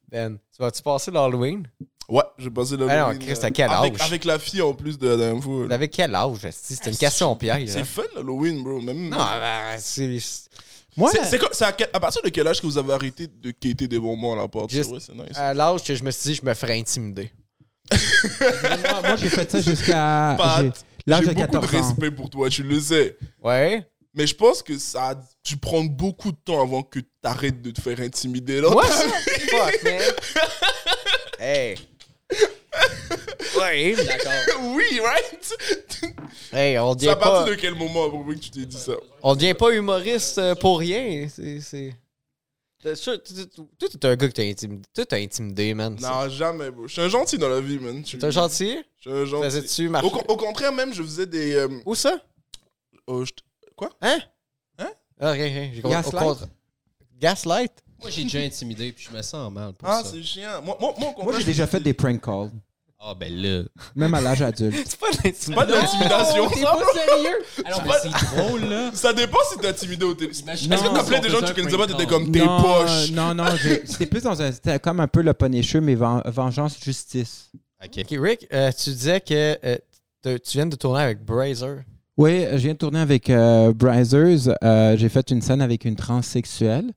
S1: Ben, tu vas-tu passer l'Halloween?
S2: Ouais, j'ai passé la
S1: Ah non, Chris, à quel
S2: avec,
S1: âge?
S2: avec la fille en plus de la dernière fois.
S1: Vous avez quel âge? esti? C'est une question piège.
S2: C'est
S1: là.
S2: fun l'Halloween, bro. Même...
S1: Non, ben, c'est. c'est-
S4: Moi,
S2: C'est- c'est quoi- c'est à, quel- à partir de quel âge que vous avez arrêté de quitter des bonbons à la porte?
S1: Juste-
S2: Ouais, c'est nice.
S1: À euh, l'âge que je me suis dit, je me ferais intimider.
S4: moi, moi, j'ai fait ça jusqu'à
S2: Pat,
S4: j'ai- l'âge de
S2: J'ai beaucoup de
S4: 14 ans.
S2: respect pour toi, tu le sais.
S1: Ouais?
S2: Mais je pense que ça, tu prends beaucoup de temps avant que tu arrêtes de te faire intimider. Là.
S1: Moi, ça? Fuck, man! Hey! Ouais,
S3: D'accord.
S2: oui, right?
S1: hey, on
S2: C'est à
S1: devient pas,
S2: partir de quel moment à peu près que tu t'es dit ça?
S1: on devient pas humoriste euh, pour rien. C'est, c'est... T'es sûr- tu- tu- Toi, t'es un gars que t'as intimidé. Toi, t'as intimidé, man.
S2: Non, jamais, bro. Je suis un gentil dans la vie, man. Tu-
S1: T'es un gentil?
S2: Je suis un gentil.
S1: Faisais-tu
S2: Au,
S1: marcher?
S2: con- au contraire, même, je faisais des. euh,
S1: Où ça?
S2: oh, je t-
S1: Hein?
S2: Hein?
S1: Ah, rien, rien. J'ai compris. Au
S4: Gaslight?
S1: contra- Gaslight?
S3: Moi, j'ai déjà intimidé, puis je me sens mal pour
S2: Ah,
S3: ça.
S2: c'est chiant. Moi, moi, moi, au contraire,
S4: Moi, j'ai déjà fait des prank calls,
S3: Ah, ben là.
S4: même à l'âge adulte.
S1: C'est pas de l'intimidation.
S2: Pas de l'intimidation.
S3: T'es pas sérieux? Alors, ben, c'est drôle, là.
S2: Ça dépend si t'es intimidé au téléphone. Est-ce
S3: Non,
S2: que t'appelais
S3: on
S2: des gens que
S3: faisait
S2: tu
S3: un
S2: connaissais pas, t'étais
S3: prank
S2: comme tes poches?
S4: Non, non, j'ai- c'était plus dans un. C'était comme un peu le ponicheux, mais ven- vengeance, justice.
S3: OK.
S1: Ok, Rick, euh, tu disais que euh, te- tu viens de tourner avec Brazer.
S4: Oui, je viens de tourner avec euh, Brazers. Euh, j'ai fait une scène avec une transsexuelle.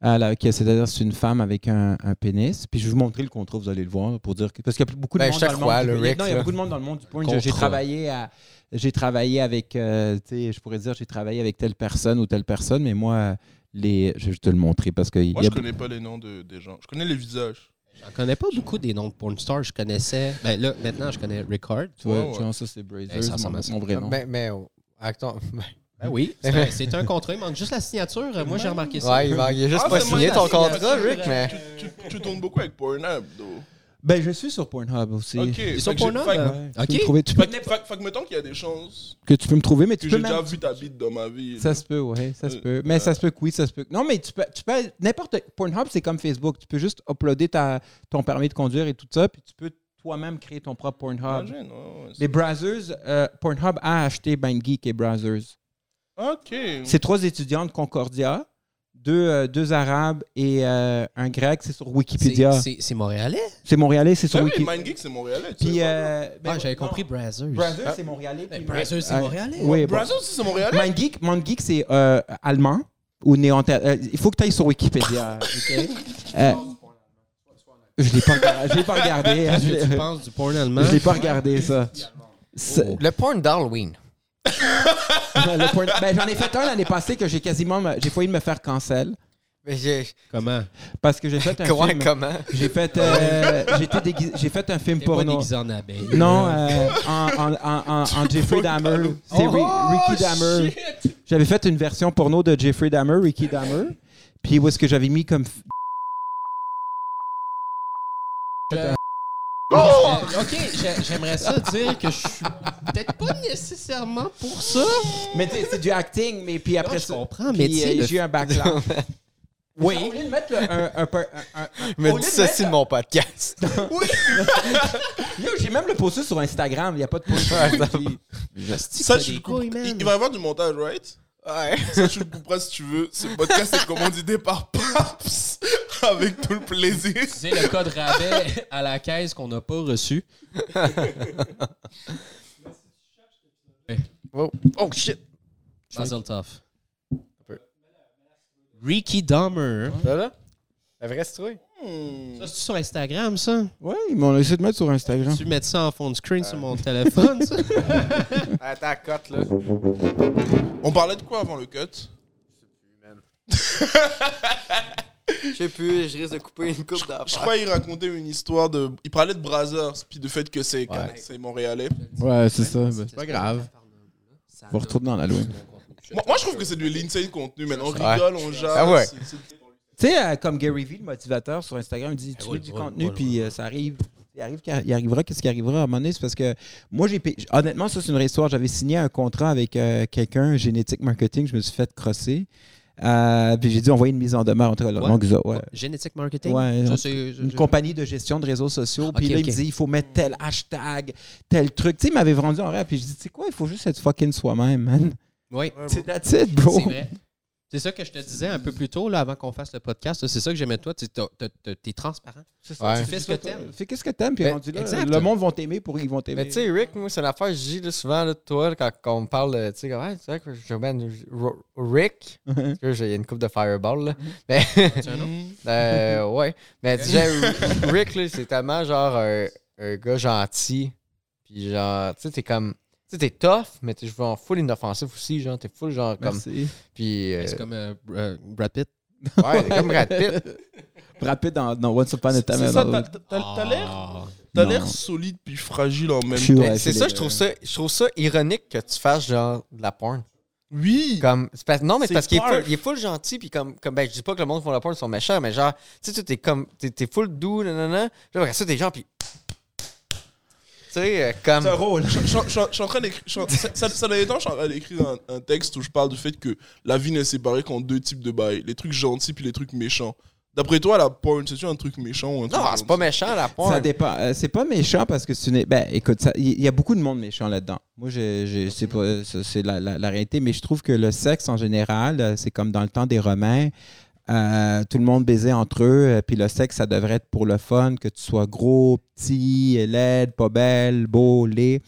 S4: à la- qui- C'est-à-dire, c'est une femme avec un, un pénis. Puis je vais vous montrer le contrat, vous allez le voir, pour dire que. Parce qu'il y a beaucoup de
S1: Ben,
S4: monde
S1: je te
S4: dans le
S1: crois,
S4: monde.
S1: le
S4: du-
S1: Rick,
S4: non, il y a
S1: là.
S4: beaucoup de monde dans le monde du point.
S1: Contrat.
S4: J'ai travaillé à. J'ai travaillé avec. euh, tu sais, je pourrais dire, j'ai travaillé avec telle personne ou telle personne, mais moi, les. Je vais te le montrer parce que. il y
S2: Moi,
S4: a-
S2: je connais pas les noms de- des gens. Je connais les visages.
S3: J'en connais pas beaucoup des noms de porn stars. Je connaissais... Ben là, maintenant, je connais Ricard.
S4: Tu vois,
S2: Ouais, ouais.
S4: genre, ça, c'est Brazers,
S3: Eh, ça ressemble
S4: mon,
S3: à ça.
S4: mon
S2: Ah,
S4: vrai
S2: ben-
S4: nom.
S1: Mais, mais oh, attends,
S3: Ben oui. C'est un, c'est un contrat. Il manque juste la signature. Euh, Moi, j'ai remarqué ça.
S1: ouais, il va- il a juste
S2: Ah,
S1: pas
S2: c'est moi,
S1: signé
S2: la
S1: ton
S2: signature,
S1: contrat, Rick,
S2: Rick.
S4: Eh.
S1: mais.
S2: Tu, tu- tu tournes beaucoup avec Pornhub, though.
S4: Ben, je suis sur Pornhub aussi.
S2: Ok.
S3: Ils
S2: fait
S3: sont
S2: que j'ai-
S3: Pornhub,
S2: fait que-
S3: hein?
S4: Ouais,
S3: Ok.
S4: tu peux me trouver- tu peux-
S2: fait que- fait que- fait que mettons qu'il y a des chances
S4: que tu peux me trouver, mais
S2: que
S4: tu
S2: j'ai
S4: peux
S2: déjà
S4: même
S2: vu ta bite dans ma vie.
S4: Ça se peut, ouais, ça se
S2: Euh,
S4: peut. Mais ça se peut que oui, ça se peut. que- Non, mais tu peux, tu peux n'importe. Pornhub, c'est comme Facebook. Tu peux juste uploader ta, ton permis de conduire et tout ça, puis tu peux toi-même créer ton propre Pornhub.
S2: Imagine, ouais, ouais, c'est-
S4: Les Brazzers, euh, Pornhub a acheté Bandgeek et Brazzers.
S2: Mm. Ok.
S4: C'est trois étudiants de Concordia, deux, euh, deux Arabes et euh, un Grec. C'est sur Wikipédia.
S3: C'est- C'est c'est montréalais?
S4: C'est Montréalais, c'est sur
S2: Ah oui,
S4: Wikipédia.
S2: MindGeek, c'est montréalais. tu
S4: Puis,
S2: sais.
S4: euh, ben,
S3: Ah, j'avais
S4: non,
S3: compris Brazzers.
S4: Brazzers, c'est montréalais.
S3: Ben,
S4: puis-
S3: Brazzers, c'est
S4: Ouais.
S3: montréalais.
S4: Oui, bon.
S2: Brazos, c'est montréalais?
S4: Mindgeek, Mindgeek c'est euh, allemand ou néant. il faut que tu ailles sur Wikipédia. ok? Euh, je l'ai pas, regardé- je l'ai pas regardé. Oh. hein,
S3: Qu'est-ce
S4: je
S3: que tu
S4: l'ai-
S3: penses du porn allemand?
S4: Je l'ai pas regardé ça. C'est-
S1: Le porn d'Halloween.
S4: le point- ben, J'en ai fait un l'année passée que j'ai quasiment, me- j'ai failli me faire cancel
S1: Mais j'ai.
S3: Comment?
S4: parce que j'ai fait un
S1: Comment,
S4: film.
S1: comment?
S4: J'ai fait, euh, j'ai été déguisé- j'ai fait un film
S3: T'es pas
S4: porno.
S3: déguisé en abeille.
S4: Non, euh, en, en, en, en- en Jeffrey Dahmer. C'est Ri- Ricky Dahmer. J'avais fait une version porno de Jeffrey Dahmer, Ricky Dahmer. Puis où est-ce que j'avais mis comme. f-
S2: Oh!
S3: Euh, ok, j'ai- j'aimerais ça dire que je suis peut-être pas nécessairement pour ça.
S4: Mais tu sais, c'est du acting, mais puis après
S3: Non, je
S4: ça.
S3: comprends, mais tu
S4: Puis,
S3: sais,
S4: euh,
S3: le-
S4: j'ai eu un backlash. oui. Au lieu de mettre le- un. un, per- un- un-
S1: Mais
S4: au
S1: dis
S4: lieu de
S1: ceci de
S4: mettre-
S1: mon podcast.
S4: Yo, J'ai même le posté sur Instagram, il n'y a pas de post.
S2: Ça,
S3: pas
S2: tu
S3: des
S2: le coupes.
S3: couilles, man.
S2: Il, il va y avoir du montage, right?
S1: Ouais.
S2: Ça, tu le couperas si tu veux. Ce podcast est commandité par Paps. Avec tout le plaisir.
S3: C'est le code rabais à la caisse qu'on n'a pas reçu.
S1: Oh, oh, shit.
S3: Mazel tov. Ricky Dahmer.
S1: Là, là. La vraie citrouille.
S3: Ça, c'est sur Instagram, ça?
S4: Oui, mais on a essayé de mettre sur Instagram.
S3: Tu mets ça en fond de screen sur mon téléphone, ça?
S1: Attends, cote, là.
S2: On parlait de quoi avant le cut?
S1: Je sais plus, je risque de couper une coupe
S2: Je
S1: d'affaires.
S2: crois qu'il racontait une histoire de. Il parlait de Brazzers, puis du fait que c'est c'est montréalais.
S4: Ouais, c'est ça. c'est pas grave. On retourne dans la loi.
S2: Moi, moi, je trouve que c'est du l'insane contenu, man. On
S1: Ouais.
S2: rigole, on jase.
S1: Ah ouais.
S2: c'est- c'est-
S4: Tu sais, euh, comme Gary Vee, le motivateur sur Instagram, il
S3: Eh
S4: dit Tu veux du contenu, puis euh, ça arrive. Il, arrive qu'à- il arrivera, qu'est-ce qui arrivera à un moment donné? C'est parce que moi, j'ai payé- honnêtement, ça, c'est une vraie histoire. J'avais signé un contrat avec euh, quelqu'un, génétique marketing, je me suis fait crosser. Euh, puis j'ai dû envoyer une mise en demeure entre
S3: Ouais.
S4: donc, ça, ouais.
S3: Génétique marketing?
S4: Ouais,
S3: Ça, c'est- je-
S4: Une
S3: je-
S4: compagnie de gestion de réseaux sociaux. Puis
S3: Ok,
S4: là,
S3: ok.
S4: il me dit, il faut mettre tel hashtag, tel truc. Tu sais, il m'avait vendu en rêve. Puis je dis, tu sais quoi, il faut juste être fucking soi-même, man.
S3: Oui,
S4: C'est that's it, bro.
S3: c'est vrai. C'est ça que je te disais un peu plus tôt, là, avant qu'on fasse le podcast. là, C'est ça que j'aimais de toi. Tu es transparent.
S4: Ouais.
S3: Tu fais ce que t'aimes.
S4: Fais qu'est-ce que t'aimes, puis
S1: Ben,
S4: rendu là,
S3: exact.
S4: le monde vont t'aimer pour ils vont
S1: Mais
S4: t'aimer.
S1: tu sais, Rick, moi, c'est une affaire, je dis là, souvent, là, toi, quand, quand on me parle, de- tu sais, comme, ouais, c'est vrai que je ben, Ro- Rick, parce que j'ai une coupe de fireball,
S4: Mm-hmm.
S1: là. Mais,
S3: C'est un autre.
S1: euh, ouais. Mais tu sais, Rick, là, c'est tellement genre un, un gars gentil. Puis genre, tu sais, t'es comme, tu sais, t'es tough, mais t'es genre full inoffensif aussi, genre, t'es full, genre, comme.
S4: Merci.
S1: Puis, euh,
S3: C'est comme euh, euh, Brad Pitt.
S1: ouais, t'es comme Brad Pitt.
S4: Rapide dans, dans Once Upon a Time.
S2: C'est
S4: in
S2: ça, t'as-
S4: Hollywood.
S2: t'as t'as l'air
S3: Ah.
S2: t'as
S4: Non.
S2: l'air solide puis fragile en même
S4: Je suis
S2: temps.
S1: Mais
S4: Ouais,
S1: c'est
S4: c'est
S1: ça,
S4: les-
S1: je trouve ça, je trouve ça ironique que tu fasses genre de la porn.
S2: Oui.
S1: Comme, c'est parce- non, mais c'est
S2: C'est
S1: parce qu'il est,
S2: parf.
S1: full- il est full gentil, puis comme, comme, ben, je dis pas que le monde qui font la porn sont méchants, mais genre, tu sais, tu t'es comme, t'es, t'es full doux, nanana. Là, après ça, t'es genre, puis. Tu sais, euh, comme.
S2: C'est
S5: Ah.
S2: un rôle. Je- je- je- je- je suis en train d'écrire. je- Ça, ça, ça dernier temps, je suis en train d'écrire un, un texte où je parle du fait que la vie n'est séparée qu'en deux types de bails les trucs gentils puis les trucs méchants. D'après toi, la porn, c'est-tu un truc méchant ou un truc
S1: Non, c'est pas méchant, la porn.
S4: Ça dépend. Euh, c'est pas méchant parce que tu n'es. Ben, écoute, ça- il y, y a beaucoup de monde méchant là-dedans. Moi, je, je- c'est pas, euh, ça, c'est la, la- la réalité, mais je trouve que le sexe en général, euh, c'est comme dans le temps des Romains. euh, tout le monde baisait entre eux, euh, puis le sexe, ça devrait être pour le fun, que tu sois gros, petit, laide, pas belle, beau, laid.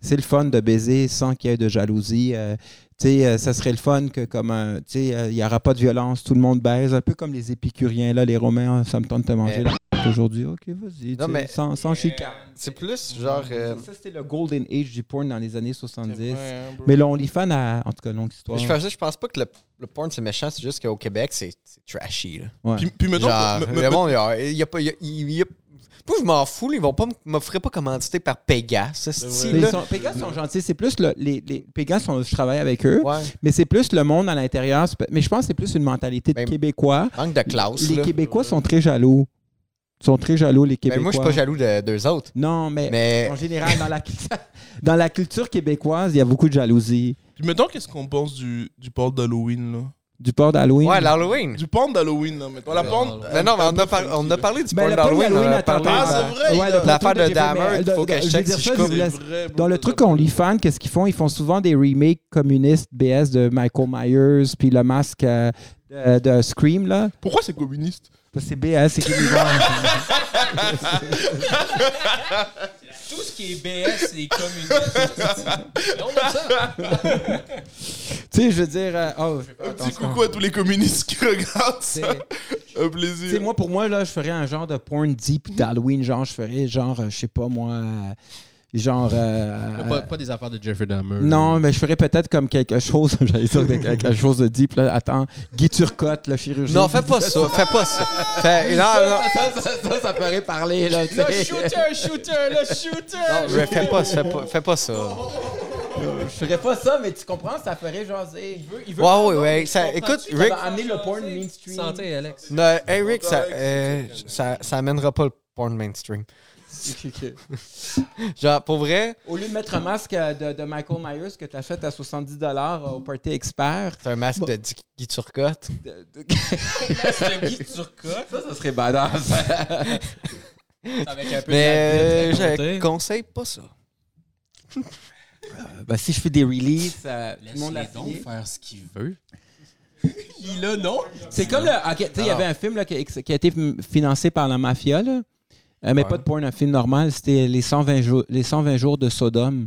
S4: C'est le fun de baiser sans qu'il y ait de jalousie. euh, tu sais, euh, ça serait le fun que comme un- tu sais, euh, il n'y aura pas de violence, tout le monde baise, un peu comme les épicuriens, là, les Romains, hein, ça me tente de te manger
S1: Mais-
S4: la p- aujourd'hui. Ok, vas-y, tu sais,
S1: Eh. mais-
S4: sans, sans chicane.
S1: C'est plus genre. euh,
S4: Ça, c'était le golden age du porn dans les années 70.
S2: Mais
S4: Mais là, on lit fan à, en tout cas, longue histoire.
S1: hein, je, fais ça, je pense pas que le, le porn c'est méchant, c'est juste qu'au Québec c'est, c'est trashy. Là.
S4: Ouais.
S2: puis, puis mettons,
S1: Genre,
S2: me- me-
S1: le monde, genre, il y a pas. il y a- il y a- Moi, je m'en fous, là, ils vont pas m- m'offrir pas commandité par Pégase. ce
S4: Mais
S1: style-là.
S4: ils sont- Pégas sont gentils, c'est plus le- les, les Pégas sont, je travaille avec eux,
S1: Ouais.
S4: mais c'est plus le monde à l'intérieur. c'est pas- Mais je pense que c'est plus une mentalité de
S1: Ben,
S4: Québécois.
S1: Manque de classe.
S4: Les
S1: là.
S4: Québécois sont très jaloux. Ils sont très jaloux les
S1: Mais
S4: Québécois.
S1: moi, je suis pas jaloux de d'eux autres.
S4: Non, mais,
S1: Mais
S4: en général, dans la, dans la culture québécoise, il y a beaucoup de jalousie.
S2: puis mettons, qu'est-ce qu'on pense du, du porn d'Halloween là
S4: Du port d'Halloween.
S1: ouais, l'Halloween.
S2: Du porn d'Halloween là, mettons. La porn.
S1: Mais non, mais on a, par- on a parlé du
S4: Ben,
S1: porn
S4: le porn
S1: d'Halloween. on en
S4: d'Halloween,
S1: a parlé.
S2: attends,
S1: dans-
S2: attends. c'est vrai, là.
S1: L'affaire de
S4: j'ai fait,
S1: Dahmer,
S4: mais,
S1: il
S4: euh,
S1: faut
S4: de-
S1: que je
S4: de-
S1: check
S4: vais dire
S1: si
S4: ça,
S1: je
S4: vous
S2: C'est
S4: laisse-
S2: vrai, bro,
S4: Dans le
S2: c'est
S4: truc
S2: vrai.
S4: OnlyFans, qu'est-ce qu'ils font? Ils font souvent des remakes communistes BS de Michael Myers, puis le masque euh, de, de Scream, là.
S2: Pourquoi c'est communiste
S4: Parce que C'est BS, c'est qu'ils vont-
S3: Tout ce qui est BS, c'est communiste. on aime ça.
S4: Tu sais, je veux dire... euh, oh,
S2: Un
S4: attends,
S2: petit coucou à tous les communistes qui regardent
S4: c'est-
S2: ça. Un
S4: Tu sais,
S2: plaisir.
S4: moi, pour moi, là, je ferais un genre de porn deep d'Halloween, genre, je ferais genre, euh, je sais pas, moi... euh, Genre... euh,
S3: Pas, pas des affaires de Jeffrey Dahmer.
S4: Non, mais je ferais peut-être comme quelque chose, j'allais dire quelque- quelque chose de deep. Là. Attends, Guy Turcotte, le chirurgien.
S1: Non, fais pas ça. Fais pas ça. Fais- non, non.
S4: ça, ça, ça, ça ferait parler, là. tu sais.
S3: shooter, shooter, le shooter!
S1: non, je- Fais pas ça. Fais pas, fais pas ça.
S4: Je ferais pas ça, mais tu comprends, ça ferait jaser. Il veut, il
S1: Ouais, ouais, ouais. Ça, écoute,
S4: Ça
S1: Rick,
S4: va amener le porn mainstream.
S3: Santé, Alex.
S1: non, hey, Rick, ça, euh, ça, ça amènera pas le porn mainstream. Genre, pour vrai,
S4: Au lieu de mettre un masque euh, de, de Michael Myers que t'achètes à 70$ au Party Expert,
S1: c'est un masque de Guy- Guy Turcotte.
S4: ça, ça serait badass.
S3: Avec
S4: Bah,
S3: un peu
S1: Mais euh,
S3: de la
S1: je conseille pas ça.
S4: Ben, si je fais des releases, euh, tout le monde l'a
S3: Laisse-les
S4: signé.
S3: donc faire ce qu'il veut. Il a non.
S4: C'est comme le. ok, tu sais, il y avait un film là, qui, qui a été m- financé par la mafia, là. Euh, mais
S1: Ouais.
S4: pas de porn, un film normal. C'était les 120 jours, les 120 jours de Sodome.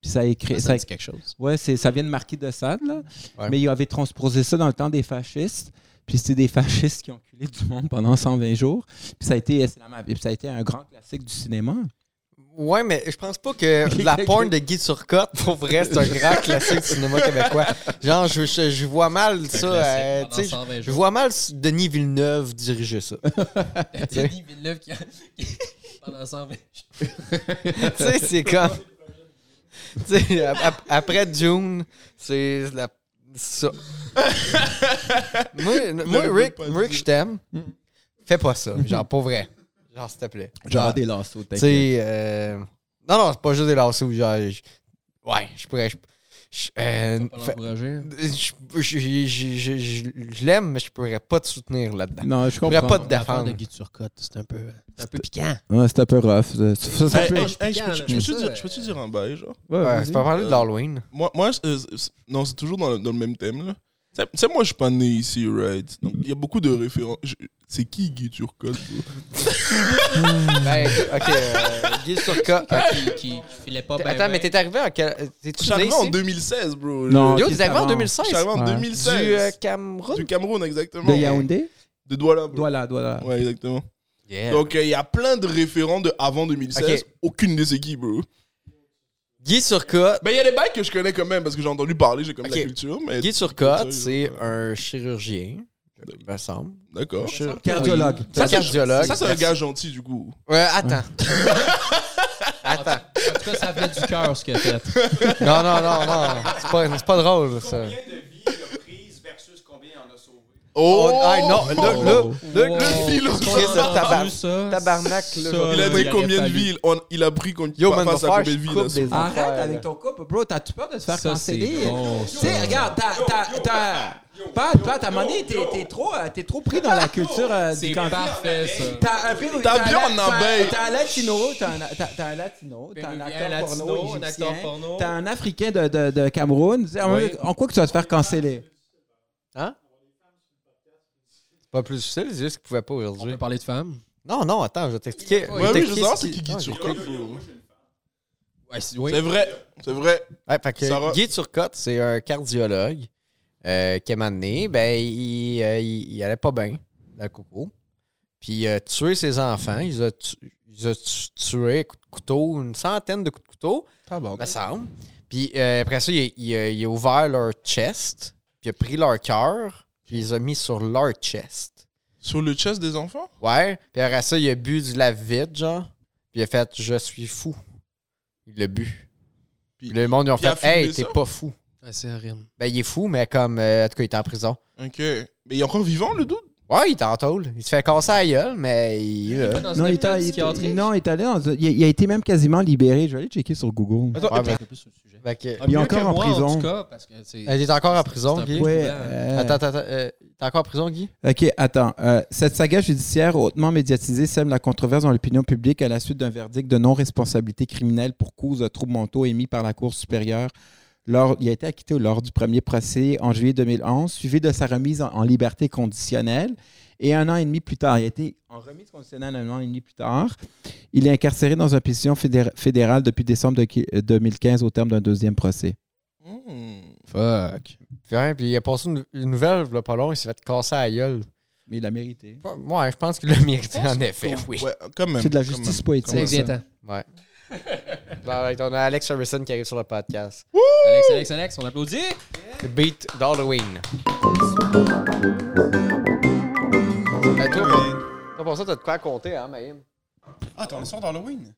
S4: Puis ça a écrit. ça a-
S3: Ah, Ça dit quelque chose.
S4: ouais, c'est, ça vient de Marquis de Sade, là.
S1: Ouais.
S4: Mais ils avaient transposé ça dans le temps des fascistes. Puis c'était des fascistes qui ont culé du monde pendant 120 jours. Puis ça a été, c'est la mafia. Puis ça a été un grand classique du cinéma.
S1: Ouais, mais je pense pas que la porn de Guy Turcotte, pour vrai, c'est un grand classique du cinéma québécois. Genre, je, je, je vois mal ça. euh, tu sais, je- je vois mal Denis Villeneuve diriger ça.
S3: Denis Villeneuve qui a. Pendant 120 jours.
S1: tu sais, c'est comme. Tu sais, ap- ap- après June, c'est la. Ça. moi, moi,
S2: l'avez
S1: Rick,
S2: pas
S1: Rick
S2: dit. Mm.
S1: je t'aime. Fais pas ça. Genre, pour vrai. Genre, s'il te plaît.
S4: Genre des lasso,
S1: Tu sais, euh, non, non, c'est pas juste des lasso. Genre, je- ouais, je pourrais. Je, je- euh, fait- je- je- je- je- je- je l'aime, mais je pourrais pas te soutenir là-dedans.
S4: Non, je
S1: pourrais
S4: comprends.
S1: pas te
S3: L'affaire
S1: défendre.
S3: de Guy Turcotte, c'est un peu, c'est un peu piquant.
S4: Ouais, c'est un peu rough. Ça- ça- ça
S2: Hey,
S4: peut-
S2: hey,
S3: je
S2: hey, Je
S3: piquant,
S2: peux- je
S3: là,
S2: peux-tu
S3: mais ça,
S2: dire- je peux-tu dire un bail, genre?
S4: Ouais,
S1: Ouais,
S4: vas-y.
S1: c'est pas parler
S2: Euh,
S1: d'Halloween.
S2: Moi, moi euh, c'est- non, c'est toujours dans le, dans le même thème. Là. Tu sais- Tu sais, moi, je suis pas né ici, right? Donc, il y a beaucoup de références. Je- C'est qui Guy Turcotte? bro?
S1: Ben, ok, euh, Guy Turcotte.
S3: Qui, qui, qui filait pas bien.
S1: Attends, mais t'es arrivé en quel.
S2: Ah, ben, Je
S1: T'es-tu
S2: suis
S1: né
S2: arrivé en
S1: ici?
S2: 2016, bro.
S4: Non,
S1: Yo, t'es arrivé en
S4: Avant.
S1: 2016.
S2: Je suis arrivé en
S4: Ouais.
S2: 2016.
S1: Du euh, Cameroun.
S2: Du Cameroun, exactement.
S4: De Yaoundé?
S2: De Douala, bro.
S4: Douala, Douala.
S2: Ouais, exactement.
S1: Yeah.
S2: Donc, euh, il y a plein de référents de avant 2016.
S1: Ok.
S2: Aucune de ces qui, bro.
S1: Guy Turcotte.
S2: Ben, il y a des bails que je connais quand même parce que j'ai entendu parler, j'ai comme de
S1: Ok.
S2: la culture, mais
S1: Guy Turcotte, c'est un chirurgien, il me semble.
S2: d'accord.
S1: Chir-
S4: Cardiologue.
S1: Ça,
S2: Ça,
S1: c'est
S2: c'est-
S1: cardiologue.
S2: Ça, c'est un gars gentil, du coup.
S1: Ouais, attends. attends.
S3: En tout cas, ça venait du cœur, ce que t'as fait.
S1: Non, non, non, non. C'est pas, c'est pas drôle, ça.
S5: Combien de vies il a prises versus combien il en a sauvé?
S1: Oh, ah, non, là, là, là,
S3: Wow.
S1: là,
S2: philo-
S3: Est-ce qu'on a
S1: Chris, ça, tabar-
S3: entendu ça?
S1: tabarnak, là.
S3: Ça,
S2: Il a
S3: là,
S2: pris
S3: aurait
S2: combien de
S3: fallu.
S2: villes On- Il a pris combien
S1: Yo, man, va
S2: face à
S1: faire,
S2: combien de
S1: je
S2: villes
S1: coupe
S2: là,
S1: des
S4: Arrête
S1: affaires, là.
S4: avec ton couple, bro. T'as-tu peur de te faire
S3: Ça, c'est
S4: canceller?
S3: bon,
S4: Tu
S3: ça.
S4: sais, regarde, t'as. t'as- t'as- Pat, Pat, à un moment donné, t'es- t'es trop, euh, t'es trop pris dans la culture euh,
S3: C'est
S4: du cancer.
S3: parfait, ça.
S4: T'as un peu-
S2: T'as bien
S4: la-
S2: en abeille.
S4: T'as un latino, t'as un, t'as- t'as un latino, t'as un
S3: Péruvien,
S4: acteur
S3: latino,
S4: porno,
S3: un
S4: égyptien,
S3: acteur porno.
S4: t'as un africain de, de, de Cameroun. Tu sais, En,
S3: Oui.
S4: en quoi que tu vas te faire canceller?
S1: Hein? C'est pas plus difficile, c'est juste qu'il pouvait pas
S3: On
S1: aujourd'hui.
S3: peut parler de femmes.
S1: Non, non, attends, je vais t'expliquer.
S2: Ouais, oui, je veux
S1: t'expliquer
S2: savoir
S1: ce
S2: c'est qui Guy
S1: Ah,
S2: Turcotte. bro.
S3: Ouais, c'est- oui.
S2: C'est vrai, c'est vrai.
S1: Ouais, fait que
S2: Sarah-
S1: Guy Turcotte, c'est un cardiologue euh, qui, à un moment donné, ben, il, euh, il, il allait pas bien dans le coucou. Puis il a tué ses enfants. Il les a, tu- il les a tu- tués à coups de couteau, une centaine de coups de couteau,
S2: Ah
S1: me semble. Puis euh, après ça, il, il a, il a ouvert leur chest, puis il a pris leur cœur, puis il les a mis sur leur chest.
S2: Sur le chest des enfants
S1: Ouais. Puis après ça, il a bu du lave-vide, genre. Puis il a fait « Je suis fou ». Il l'a bu. Puis le monde, ils ont
S2: il a
S1: fait « Hey,
S2: filmé
S1: t'es
S2: ça?
S1: pas fou ».
S3: Ah, c'est horrible.
S1: Ben, il est fou, mais comme. euh, en tout cas, il est en prison.
S2: Ok. Mais il est encore vivant, le doute
S1: Ouais, il est en tôle. Il se fait casser la gueule, mais il. est là.
S4: Non, il, t'a- il- non, il est allé dans- il, il a été même quasiment libéré. Je vais aller checker sur Google.
S1: Ouais, ben,
S3: plus sur le sujet. Ah,
S1: fait que-
S4: Il est encore en prison.
S3: En tout cas, parce que c'est.
S1: Euh, il est encore en prison,
S3: C'est un
S1: Guy.
S3: peu-
S4: Ouais,
S3: Évident.
S4: euh,
S1: Attends, attends, attends. euh, T'es encore en prison, Guy?
S4: OK, attends. Euh, cette saga judiciaire hautement médiatisée sème la controverse dans l'opinion publique à la suite d'un verdict de non-responsabilité criminelle pour cause de troubles mentaux émis par la Cour supérieure. Lors, il a été acquitté lors du premier procès en juillet 2011, suivi de sa remise en, en liberté conditionnelle. Et un an et demi plus tard, il a été en remise conditionnelle un an et demi plus tard. Il est incarcéré dans une prison fédér- fédérale depuis décembre de- 2015 au terme d'un deuxième procès.
S2: Hmm.
S3: Fuck.
S1: Puis, hein, puis il a passé une, une nouvelle, là, pas long, il s'est fait casser la gueule.
S4: Mais il a mérité.
S1: Bon, Ouais, je pense qu'il l'a mérité, en effet, oui.
S2: Ouais, quand même.
S4: C'est de la
S2: quand
S4: justice
S2: même.
S4: poétique.
S3: C'est excitant.
S4: ça.
S1: Ouais. Alright, on a Alex Harrison qui arrive sur le podcast.
S3: Alex, Alex, Alex, on applaudit.
S1: The beat d'Halloween. Ben, toi, pour- toi, pour ça, t'as de quoi à compter, hein, Maïm?
S5: Ah, t'en es sûr d'Halloween?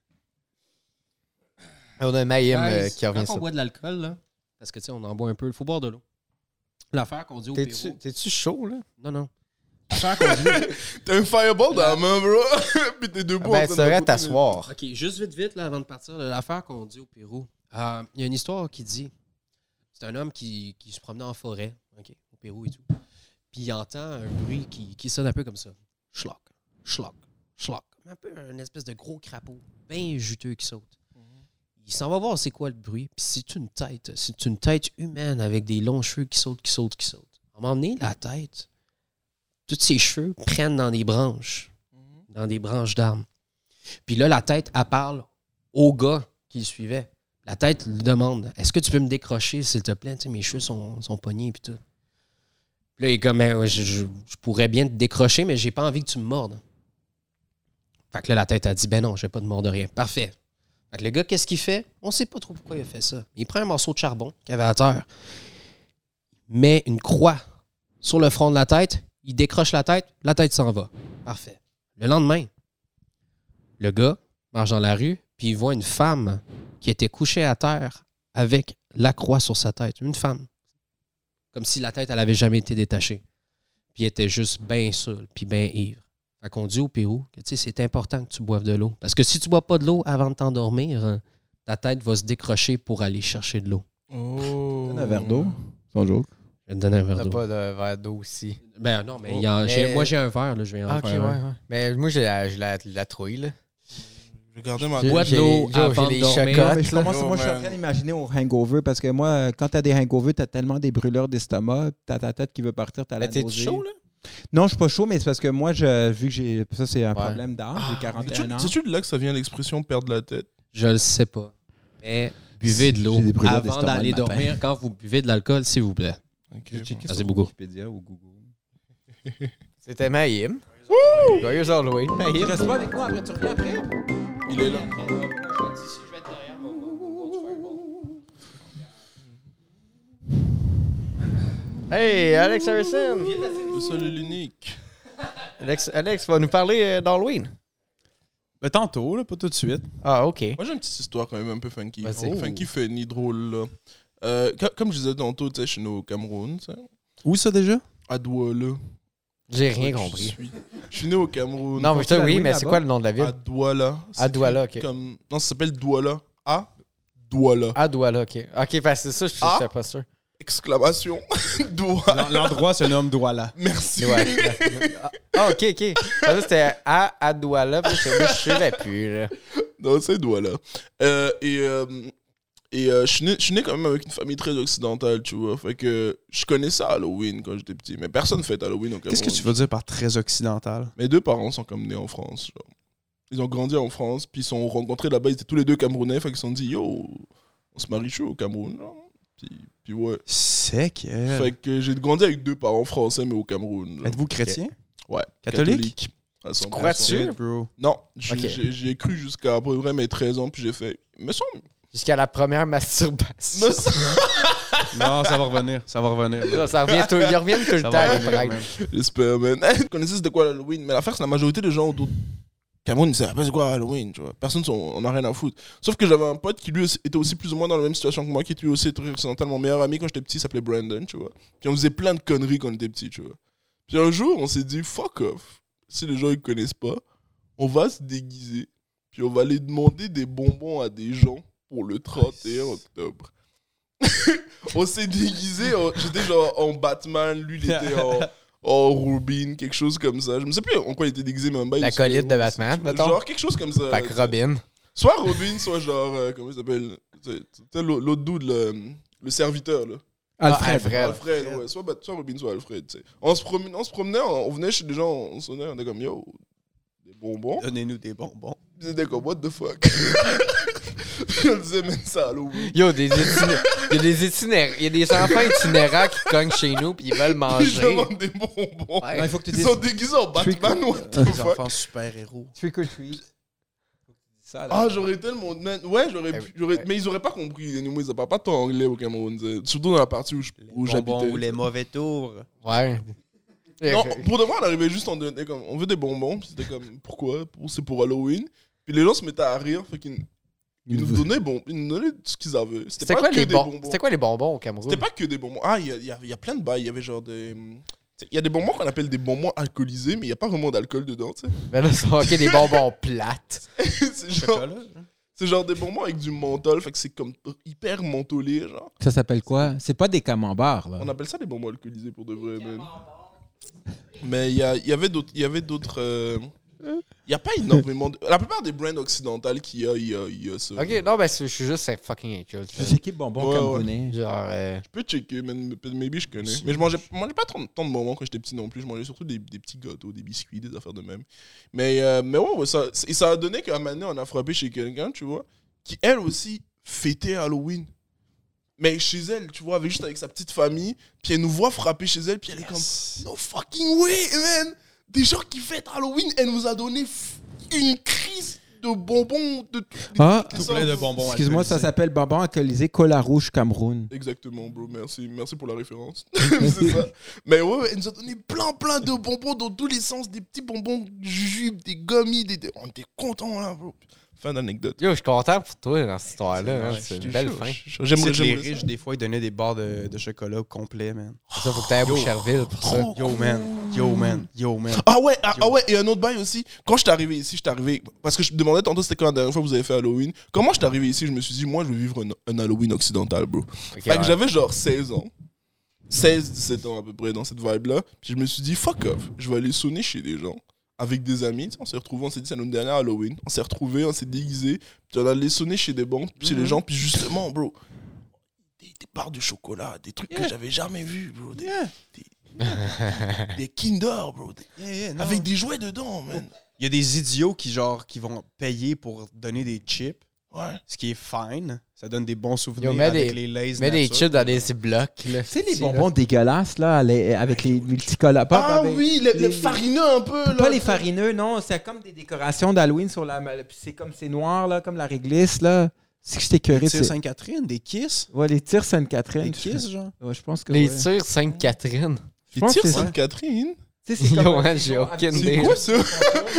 S1: On a Maïm euh,
S3: Guys,
S1: qui revient
S3: Quand on
S1: sur
S3: boit de l'alcool, là, parce que tu sais, on en boit un peu, il faut boire de l'eau. L'affaire qu'on dit au
S1: T'es-tu
S3: Pérou.
S1: t'es-tu chaud, là?
S3: Non, non.
S2: T'as un fireball dans la main, bro. Puis t'es
S4: Ah
S2: debout. en
S1: Ben,
S2: train de
S1: tu devrais
S2: raconter-
S1: t'asseoir.
S3: OK, juste vite, vite, là, avant de partir, là, l'affaire qu'on dit au Pérou. Euh, Il y a une histoire qui dit c'est un homme qui, qui se promenait en forêt, OK, au Pérou et tout. Puis il entend un bruit qui, qui sonne un peu comme ça schlock, schlock, schlock. Comme Un peu un espèce de gros crapaud, bien juteux qui saute. Il s'en va voir c'est quoi le bruit, puis c'est une tête. C'est une tête humaine avec des longs cheveux qui sautent, qui sautent, qui sautent. À un moment donné, la tête, tous ses cheveux prennent dans des branches, dans des branches d'arbres. Puis là, la tête, elle parle au gars qui le suivait. La tête lui demande Est-ce que tu peux me décrocher, s'il te plaît Tu sais, Mes cheveux sont, sont pognés, puis tout. Puis là, il est comme Ben, ouais, je, je- je pourrais bien te décrocher, mais j'ai pas envie que tu me mordes. Fait que là, la tête a dit Ben non, je vais pas te mordre rien. Parfait. Fait que le gars, qu'est-ce qu'il fait On sait pas trop pourquoi il a fait ça. Il prend un morceau de charbon qu'il avait à terre, il met une croix sur le front de la tête, il décroche la tête, la tête s'en va. Parfait. Le lendemain, le gars marche dans la rue, puis il voit une femme qui était couchée à terre avec la croix sur sa tête. Une femme. Comme si la tête, elle avait jamais été détachée. Puis elle était juste bien seule, puis bien ivre. Fait qu'on dit au Pérou que tu sais, c'est important que tu boives de l'eau. euh, Parce que si tu bois pas de l'eau avant de t'endormir, hein, ta tête va se décrocher pour aller chercher de l'eau.
S5: Oh.
S4: Un verre d'eau. Son joke.
S3: Je vais te donner un verre
S1: T'as
S3: d'eau.
S1: pas de verre d'eau aussi.
S3: Ben non, mais
S1: Oh.
S3: il y en- j'ai-
S1: Mais-
S3: moi j'ai un verre, là, je
S4: Ah,
S3: vais en faire un.
S1: Mais moi, j'ai la, j'ai la, la trouille, là.
S2: Regardez ma
S3: J'ai- Bois de
S1: j'ai-
S3: l'eau
S1: j'ai- j'ai
S3: avant
S1: les
S3: de dormir.
S5: Ah,
S1: chocottes,
S4: mais je
S1: là.
S4: commence,
S2: Oh,
S4: moi, je suis en
S2: man.
S4: train d'imaginer au hangover parce que moi, euh, quand t'as des hangovers, t'as tellement des brûleurs d'estomac, t'as ta tête qui veut partir, t'as la
S1: Mais t'es
S4: nausée.
S1: chaud, là?
S4: Non, je suis pas chaud, mais c'est parce que moi, je, vu que j'ai. Ça, c'est un
S1: Ouais.
S4: problème d'âge,
S2: Ah,
S4: j'ai 41 ans.
S2: C'est-tu de là que ça vient l'expression perdre la tête?
S3: Je le sais pas. Mais buvez de l'eau
S4: J'ai des brûlures
S3: avant
S4: d'estomac
S3: d'aller
S4: le matin.
S3: dormir quand vous buvez de l'alcool, s'il vous plaît.
S4: checké
S3: Ah, c'est
S4: sur
S3: beaucoup.
S4: Wikipédia ou Google.
S1: C'était Maïm. Joyeux Halloween,
S4: Il
S2: Ben,
S1: Maïm.
S4: reste pas avec moi, après tu reviens après.
S2: Il est là.
S1: Hey, Alex Harrison.
S2: Le seul et l'unique.
S1: Alex, Alex va nous parler euh, d'Halloween.
S5: Ben, tantôt, là, pas tout de suite.
S1: Ah, OK.
S2: Moi, j'ai une petite histoire quand même un peu funky.
S1: Vas-y.
S2: Oh. Funky, funny, drôle. là. Euh, co- comme je disais tantôt, tu sais, je suis né au Cameroun, tu sais,
S5: Où ça déjà?
S2: à Douala.
S1: J'ai rien
S2: Je
S1: compris.
S2: suis- Je suis né au Cameroun.
S1: Non, mais ça, oui,
S4: Halloween
S1: mais c'est
S4: là-bas?
S1: quoi le nom de la
S2: À
S1: ville?
S2: Douala.
S1: À Douala,
S2: C'est
S1: ok.
S2: Comme... Non, ça s'appelle Douala. À Douala.
S1: Ah, Douala, OK. OK, parce que c'est ça, je
S2: Ah.
S1: suis pas sûr.
S2: Exclamation. Douala.
S5: L'en- L'endroit se nomme Douala.
S2: Merci.
S1: Ouais. Ah, OK, OK. Ah, Parce que c'était à, à Douala, puis je ne savais plus, là.
S2: Non, c'est Douala. Euh, et euh, et euh, je suis né- je suis né quand même avec une famille très occidentale, tu vois. Fait que je connaissais Halloween quand j'étais petit, mais personne fête Halloween au Cameroun.
S5: Qu'est-ce que tu veux dire par très occidental?
S2: Mes deux parents sont comme nés en France. genre. Ils ont grandi en France, puis ils se sont rencontrés là-bas. Ils étaient tous les deux Camerounais. Fait qu'ils se sont dit, yo, on se marie chaud au Cameroun. genre. Puis, puis ouais.
S5: Sec. euh.
S2: Fait que j'ai grandi avec deux parents français, mais au Cameroun. genre.
S5: Êtes-vous chrétien?
S2: Ouais.
S5: Catholique?
S2: À 100%.
S1: Crois-tu?
S5: Shit, bro.
S2: Non, j'ai
S1: Ok.
S2: j'ai- j'ai cru jusqu'à à peu près mes 13 ans, puis j'ai fait. Mais ça,
S1: Jusqu'à la première masturbation.
S2: me semble-
S5: Non, ça va revenir. Ça va revenir.
S1: Ça, ça revient tout, ils reviennent tout le
S5: Ça
S1: temps, les
S5: va revenir,
S1: prêtres.
S5: man.
S2: J'espère, man. Vous connaissez c'était quoi l'Halloween Mais l'affaire, c'est la majorité des gens autour de Cameroun, ils savent pas c'est quoi Halloween, tu vois. Personne s'en- on n'a rien à foutre. Sauf que j'avais un pote qui lui aussi- était aussi plus ou moins dans la même situation que moi, qui était lui aussi très occidental. Mon meilleur ami quand j'étais petit il s'appelait Brandon, tu vois. Puis on faisait plein de conneries quand on était petit, tu vois. Puis un jour, on s'est dit, fuck off. Si les gens ils connaissent pas, on va se déguiser. Puis on va aller demander des bonbons à des gens pour le 31 octobre. on s'est déguisé, en- j'étais genre en Batman, lui il était en, en Robin, Oh, quelque chose comme ça. Je me sais plus en quoi il était déguisé, mais en bas, il
S1: La
S2: se-
S1: colite de Batman, mettons.
S2: Genre quelque chose comme ça.
S1: Fait que Robin.
S2: Soit Robin, soit genre, euh, comment il s'appelle Tu sais, tu sais, l'au- L'autre dude, le, le serviteur, là.
S4: Ah,
S1: Ah, Alfred.
S2: Alfred, ouais. Soit, Bat- soit Robin, soit Alfred, tu sais. On se promenait, on, se promenait on, on venait chez des gens, on sonnait, on était comme, yo, des bonbons.
S5: Donnez-nous des bonbons.
S2: Ils étaient comme, what the fuck Puis on disait, même ça, Halloween.
S1: Yo, des itinéraires. Il y a des itinéraires. Il y a des enfants itinérants qui cognent chez nous puis ils veulent
S2: Puis je
S1: manger.
S2: demande des bonbons.
S1: Ouais.
S4: Il faut que tu
S2: Ils
S4: dises
S2: sont déguisés en Batman, what the
S5: Des
S2: fuck
S5: enfants super-héros.
S4: trick or treat. Ça, là.
S2: Ah, j'aurais tellement. man, Ouais, j'aurais.
S1: Eh
S2: pu-
S1: oui.
S2: j'aurais-
S1: Ouais.
S2: Mais ils auraient pas compris. Les animaux, ils n'ont pas tant anglais au Cameroun. c'est- Surtout dans la partie où je- où
S5: Les bonbons
S2: j'habitais.
S5: ou les mauvais tours.
S1: Ouais.
S2: Non, pour de vrai, on arrivait juste en donnait comme on veut des bonbons, puis c'était comme pourquoi Pour- C'est pour Halloween. Puis les gens se mettaient à rire, fait qu'ils ils nous donnaient bon, ils nous donnaient tout ce qu'ils avaient. C'était
S1: C'était
S2: pas
S1: quoi,
S2: que
S1: les
S2: des
S1: bon-
S2: bonbons.
S1: c'était quoi les bonbons au Cameroun?
S2: C'était pas que des bonbons. Ah, il y a, il y a- il y a plein de bails. Il y avait genre des. tu sais, Il y a des bonbons qu'on appelle des bonbons alcoolisés, mais il n'y a pas vraiment d'alcool dedans, tu
S1: Mais Ben là, c'est ok, des bonbons plates.
S2: sais. c'est genre, c'est genre des bonbons avec du menthol, fait que c'est comme hyper mentholé, genre.
S4: Ça s'appelle quoi? C'est pas des camemberts, là.
S2: On appelle ça des bonbons alcoolisés pour de vrai, man. Mais il y, a- il y avait d'autres. Il y avait d'autres. euh, Il n'y a pas énormément de. La plupart des brands occidentales euh, qu'il y a, il y a, il y a ça.
S1: Ok, non, mais c'est- je suis juste c'est fucking inculte.
S4: Je sais qui bonbon
S2: Ouais,
S4: camerounais.
S1: Genre, euh,
S2: Je peux checker, man. Peut- Maybe je connais. Mais je mangeais, je mangeais pas tant, tant de bonbons quand j'étais petit non plus. Je mangeais surtout des, des petits gâteaux, des biscuits, des affaires de même. Mais, euh, mais ouais, ouais, ça, et ça a donné qu'à un moment donné, on a frappé chez quelqu'un, tu vois, qui elle aussi fêtait Halloween. Mais chez elle, tu vois, avec, juste avec sa petite famille. Puis elle nous voit frapper chez elle, puis elle est comme. No fucking way, man! Des gens qui fêtent Halloween, elle nous a donné f- une crise de bonbons, de tout.
S4: Ah,
S2: Tout
S5: plein de bonbons.
S4: excuse-moi, ça s'appelle bonbon alcoolisé Cola Rouge Cameroun.
S2: Exactement, bro, merci. Merci pour la référence. C'est ça. Mais ouais, ouais, elle nous a donné plein, plein de bonbons dans tous les sens, des petits bonbons jujubes, des gommies, des... des- On était contents, là, bro. Fin d'anecdote.
S1: Yo, je suis content pour toi dans cette histoire-là. hein.
S5: Ouais,
S1: C'est
S2: Je
S1: une
S2: te
S1: belle
S2: jure,
S1: fin.
S2: je- je- J'aimerais
S5: C'est que les
S2: j'aimerais ça.
S5: riches, des fois, ils donnaient des barres de, de chocolat complets, man. Oh. Mm.
S1: Ça, faut que t'ailles à Boucherville pour
S2: Oh.
S1: ça.
S5: Yo, man. Yo, man. Yo, man.
S2: Ah ouais, ah, ah ouais, et un autre bail aussi. Quand je suis arrivé ici, je suis arrivé. Parce que je me demandais tantôt c'était quand la dernière fois que vous avez fait Halloween. Quand moi je suis arrivé ici, je me suis dit, moi je veux vivre un, un Halloween occidental, bro.
S1: Ok,
S2: fait que
S1: ouais.
S2: j'avais genre 16 ans. 16, 17 ans à peu près dans cette vibe-là. Puis je me suis dit, fuck off, je vais aller sonner chez des gens. Avec des amis, Tu sais, on s'est retrouvés, on s'est dit, c'est notre dernière Halloween. On s'est retrouvés, on s'est déguisés. Puis on allait sonner chez des banques, chez
S4: Mhm.
S2: les gens. Puis justement, bro, des, des barres de chocolat, des trucs que j'avais jamais vus, bro. Des, des- des Kinder, bro. Des- avec des jouets dedans, man.
S5: Il y a des idiots qui, genre, qui vont payer pour donner des chips,
S2: Ouais.
S5: ce qui est fine. Ça donne des bons souvenirs
S1: Yo, mets
S5: avec
S1: des-
S5: les lays
S1: Mets des
S5: nature.
S1: chips dans des petits blocs. là.
S4: Tu sais, les
S1: Petits, là.
S4: bonbons dégueulasses, là, les- avec les multicolores. Pas-
S2: Ah
S4: pas-
S2: oui, les,
S4: les-
S2: les farineux un peu, là.
S4: Pas les farineux, non. C'est comme des décorations d'Halloween sur la. Puis c'est comme c'est noir, là, comme la réglisse, là. C'est que j'étais curé.
S5: Des
S4: c'est-
S5: tirs Sainte-Catherine, des kisses.
S4: Ouais, les tirs Sainte-Catherine.
S5: Des kisses, genre.
S4: Ouais, je pense que.
S1: Les
S4: ouais.
S1: tirs Sainte-Catherine.
S4: Je
S2: Ils
S4: pense que
S2: tirent
S4: c'est ça.
S2: Sainte-Catherine.
S4: Tu sais, c'est
S1: Yo,
S4: comme.
S1: hein, j'ai aucune
S2: C'est
S1: idée.
S2: quoi ça?
S5: Yeah,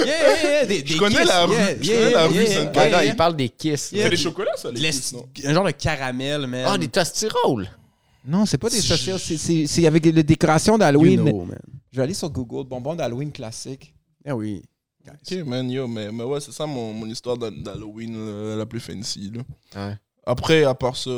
S5: yeah, yeah, des, des
S2: connais
S5: kisses.
S2: la rue-
S5: Yeah,
S2: je connais la rue Sainte-Catherine.
S1: Ah
S5: yeah,
S1: non,
S5: yeah.
S1: il parle des kisses. là.
S5: Yeah.
S2: C'est des chocolats, ça, les
S5: Les-
S2: Kiss, non?
S5: Un genre de caramel, man.
S1: Ah, des tostiroles.
S4: Non, c'est pas des
S5: C'est-
S4: chaussures. c'est- C'est c'est avec les décorations
S5: You
S4: d'Halloween.
S5: know, man.
S4: Je vais aller sur Google. Bonbons d'Halloween classique.
S5: Ah oui.
S2: Ok, man, yo, mais, mais ouais, c'est ça mon, mon histoire d'Ha- d'Halloween euh, la plus fancy. là.
S1: Ouais.
S2: Après, à part ça,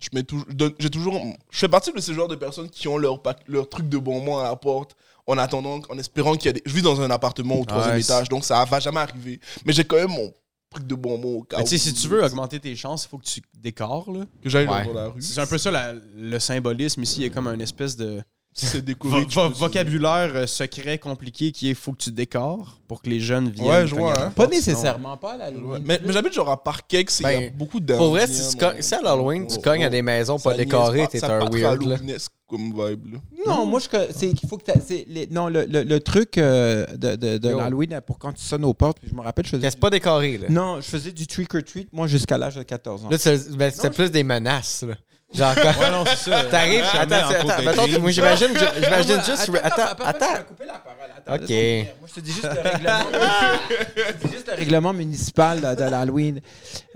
S2: je mets tou- je donne- j'ai toujours, je fais partie de ce genre de personnes qui ont leur, pa- leur truc de bonbon à la porte en attendant, en espérant qu'il y a des. Je vis dans un appartement au troisième
S5: Nice.
S2: étage, donc ça va jamais arriver. Mais j'ai quand même mon truc de bonbon au cas
S5: Mais tu sais,
S2: où-
S5: si tu veux augmenter tes chances, il faut que tu décores, là.
S2: que j'aille
S1: Ouais.
S2: dans la rue,
S5: C'est un peu ça la- le symbolisme ici. Il y a comme un espèce de
S2: si c'est
S5: vo-
S2: découvert. tu
S5: vo-
S2: peux-
S5: vocabulaire euh, secret compliqué qui est faut que tu décores pour que les jeunes viennent.
S2: Ouais, je vois,
S5: cogner à
S2: hein.
S5: la
S4: Pas
S5: porte,
S4: nécessairement, pas à
S2: Ouais,
S4: l'Halloween.
S2: Mais, mais j'habite genre à Parquet, c'est il y a
S1: Ben,
S2: beaucoup d'herbes.
S1: Pour vrai, si, tu cognes- si à l'Halloween,
S2: Oh,
S1: tu cognes à des maisons pas décorées, t'es un weird. là.
S2: C'est comme vibe. Là.
S4: Non, moi, je, co- c'est qu'il faut que t'a- c'est les- non, le, le- le truc euh, de, de, de
S1: Yo.
S4: l'Halloween pour quand tu sonnes aux portes, puis je me rappelle, je faisais.
S1: Mais C'est pas décoré, là.
S4: Non, je faisais du trick or treat, moi, jusqu'à l'âge de 14 ans.
S1: Là, c'est- ben, c'était plus des menaces, là. Genre, quand
S5: non, c'est ça.
S1: t'arrives,
S5: Jamais
S1: attends,
S5: en
S1: c'est-
S5: cours
S1: attends,
S5: de
S1: mettons,
S5: grille.
S1: moi j'imagine, j'imagine juste, attends,
S4: attends,
S1: attends,
S4: attends.
S1: Ok.
S4: laisse-moi finir. Moi, je te dis juste le règlement. Je te dis juste le règlement municipal de, de l'Halloween.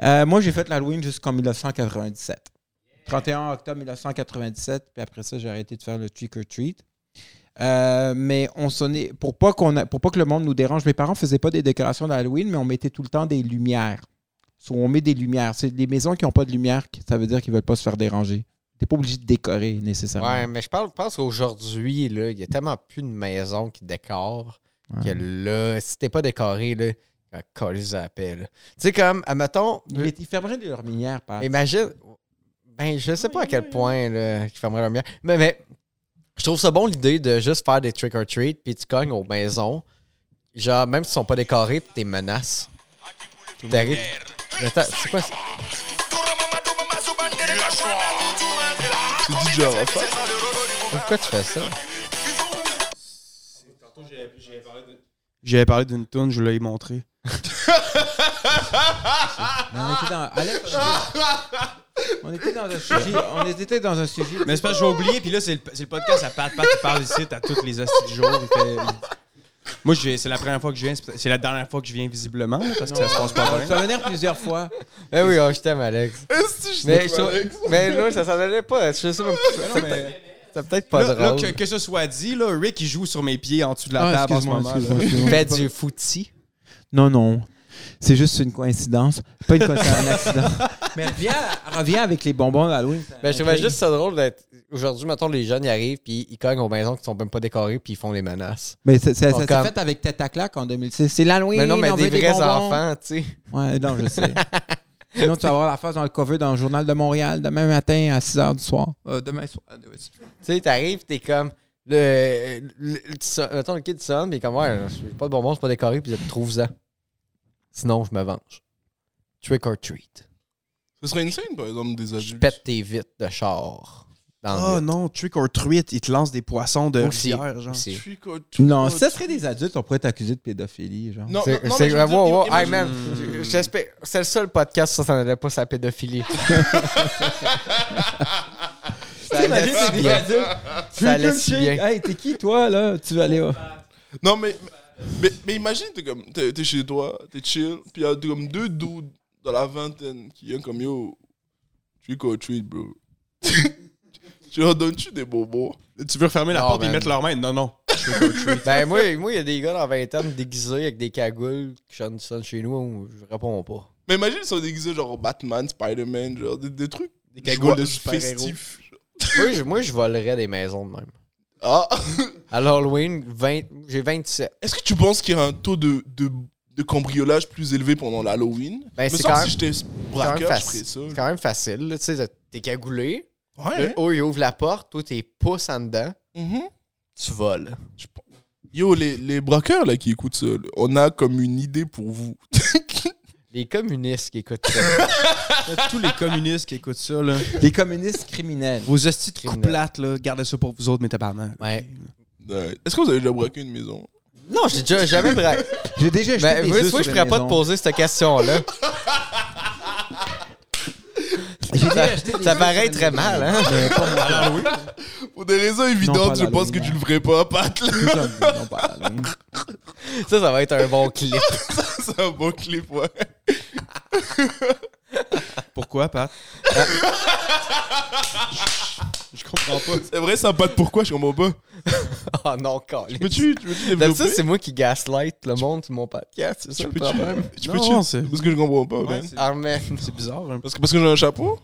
S4: Euh, moi, j'ai fait l'Halloween jusqu'en 1997. 31 octobre 1997, puis après ça, j'ai arrêté de faire le trick or treat. Euh, mais on sonnait pour pas qu'on a- pour pas que le monde nous dérange. Mes parents faisaient pas des décorations d'Halloween, mais on mettait tout le temps des lumières. So, on met des lumières. C'est les maisons qui n'ont pas de lumière, qui- ça veut dire qu'ils veulent pas se faire déranger. T'es pas obligé de décorer nécessairement.
S1: Ouais, mais je parle, pense qu'aujourd'hui, là, il y a tellement plus de maisons qui décorent que là, si t'es pas décoré, là, un colis à la paix, là. Tu sais, comme, admettons,
S4: Ils, met- ils fermeraient leurs lumières, par.
S1: imagine. Ben, je sais pas à quel point, là, qu'ils fermeraient leur lumière. Mais, mais, je trouve ça bon l'idée de juste faire des trick or treat, puis tu cognes aux maisons. Genre, même s'ils sont pas décorés, puis t'es menaces. T'arrives. Attends, c'est quoi ça?
S2: C'est DJ Arafat.
S1: Pourquoi tu fais ça?
S5: J'avais parlé d'une toune, je voulais y montrer.
S4: On était dans, Alex, on était dans un sujet. On était dans un sujet.
S5: Mais c'est parce que j'ai oublié, puis là, c'est le, c'est le podcast à Pat. Pat, il parle ici à tous les hosties du jour. Il fait- il- Moi, j'ai- c'est la première fois que je viens, c'est c'est la dernière fois que je viens visiblement, là, parce que ça se passe pas bien.
S4: Ça venir plusieurs fois.
S1: Eh oui, oh, je t'aime, Alex. Mais, je trouve- mais là, ça s'en allait pas. Je sais même pas.
S5: Non, mais-
S1: C'est peut-être pas
S5: Là- là,
S1: drôle.
S5: que, que ce soit dit, là, Rick, il joue sur mes pieds en dessous de la
S4: Ah,
S5: table en ce
S4: excuse-moi,
S5: moment. là.
S4: excuse-moi, excuse-moi.
S1: Fais du footy.
S4: Non, non. C'est juste une coïncidence. Pas une coïncidence, un accident. Mais reviens, reviens avec les bonbons d'Halloween.
S1: Ben, je trouvais juste ça drôle d'être. Aujourd'hui, mettons, les jeunes, ils arrivent, puis ils cognent aux maisons qui sont même pas décorées, puis ils font des menaces.
S4: Mais c'est- c'est-
S1: On
S4: ça s'est
S1: comme-
S4: fait avec Tête à claque en 2006. C'est l'Halloween.
S1: mais non, mais
S4: on
S1: des
S4: veut
S1: vrais
S4: bonbons.
S1: enfants, tu sais.
S4: Ouais, non, je sais. Sinon, tu vas avoir la face dans le cover dans le Journal de Montréal demain matin à 6 h du soir. demain soir.
S1: Tu sais, t'arrives, t'es comme. Le, le, le- tu sonnes- mettons, le kid sonne, puis il est comme, ouais, j'ai pas de bonbons, c'est pas décoré, puis il trouve-en. Sinon, je me venge. Trick or treat.
S2: Ce serait une scène, par exemple, des
S1: Je
S2: adultes.
S1: pète tes vitres de char. Dans
S5: Oh
S1: le
S5: non, trick or treat, il te lance des poissons de
S1: Aussi.
S5: rivière, genre.
S1: Aussi.
S2: Trick or treat.
S4: Non, si ça serait des adultes, on pourrait t'accuser de pédophilie, genre.
S2: Non, non,
S1: C'est
S2: non,
S1: c'est-
S2: mais je veux dire,
S1: wow, wow,
S2: imagine- Mm.
S1: hey, man, j'espère- c'est le seul podcast ça, ça n'allait pas sa pédophilie. ça allait si bien.
S4: adultes.
S1: Ça allait si bien.
S4: Hey, t'es qui, toi, là? Tu vas aller...
S2: Non, mais Mais, mais imagine, t'es comme, t'es t'es chez toi, t'es chill, puis il y a comme deux dudes dans la vingtaine qui viennent comme yo, trick or treat, bro. tu leur donnes-tu des bonbons?
S5: Tu veux refermer la
S1: Non,
S5: porte et
S1: man.
S5: mettre leurs mains? Non, non.
S1: Ben, moi, il moi, il y a des gars dans 20 ans déguisés avec des cagoules qui chantent du son chez nous, je réponds pas.
S2: Mais imagine ils sont déguisés genre Batman, Spider-Man, genre des, des trucs. Des
S1: cagoules de super-héros. Moi, je, moi, je volerais des maisons de même.
S2: Ah!
S1: À l'Halloween, 20 j'ai 27.
S2: Est-ce que tu penses qu'il y a un taux de, de, de cambriolage plus élevé pendant l'Halloween?
S1: Ben,
S2: Me
S1: c'est
S2: semble
S1: quand
S2: si j'étais
S1: quand même
S2: braqueur, je ferais
S1: facile.
S2: ça.
S1: C'est quand même facile, là, tu sais, t'es cagoulé,
S2: Ouais,
S1: eux,
S2: hein?
S1: ils ouvrent la porte, toi, t'es pouces en dedans,
S2: Mhm.
S1: tu voles.
S2: Je pense- Yo, les, les braqueurs là qui écoutent ça, là, on a comme une idée pour vous.
S1: Les communistes qui écoutent ça.
S5: Tous les communistes qui écoutent ça, là.
S4: Les communistes criminels.
S5: Vos hosties de
S1: Criminel.
S5: couplates, là, gardez ça pour vous autres, mes tabarnak.
S1: Ouais.
S2: Ouais. Est-ce que vous avez déjà braqué une maison
S1: Non, j'ai déjà jamais bra...
S4: J'ai déjà jeté
S1: Ben,
S4: des
S1: vous voyez,
S4: œufs
S1: tu vois,
S4: sur
S1: je
S4: une
S1: pourrais pas te
S4: maison.
S1: poser cette question-là.
S4: J'ai déjà
S1: Ça,
S4: jeté des
S1: ça
S4: œufs sur
S1: paraît
S4: une
S1: très
S4: maison.
S1: mal, hein?
S4: Mais pas moi.
S2: Pour des raisons
S4: Non,
S2: évidentes, je
S4: pas
S2: pense que
S4: l'Halloween.
S2: tu le ferais pas, Pat. là.
S4: C'est ça, non, pas l'Halloween.
S1: Ça, ça va être un bon clip.
S2: C'est un bon clip, ouais.
S5: Pourquoi, Pat? je, je comprends pas.
S2: C'est vrai, ça, Pat, pourquoi Je comprends pas.
S1: Oh non, calme.
S2: Peux-tu tu peux-tu
S1: D'habitude,
S2: développer
S1: Ben, c'est moi qui gaslight le monde sur mon podcast, c'est ça
S2: Tu
S1: le
S2: peux-tu-
S1: problème?
S2: Tu
S5: Non,
S2: peux-tu-
S5: non, c'est-
S2: Parce que je comprends pas, man.
S5: c'est,
S1: Armin,
S5: c'est bizarre. un peu.
S2: Parce que, parce que j'ai un chapeau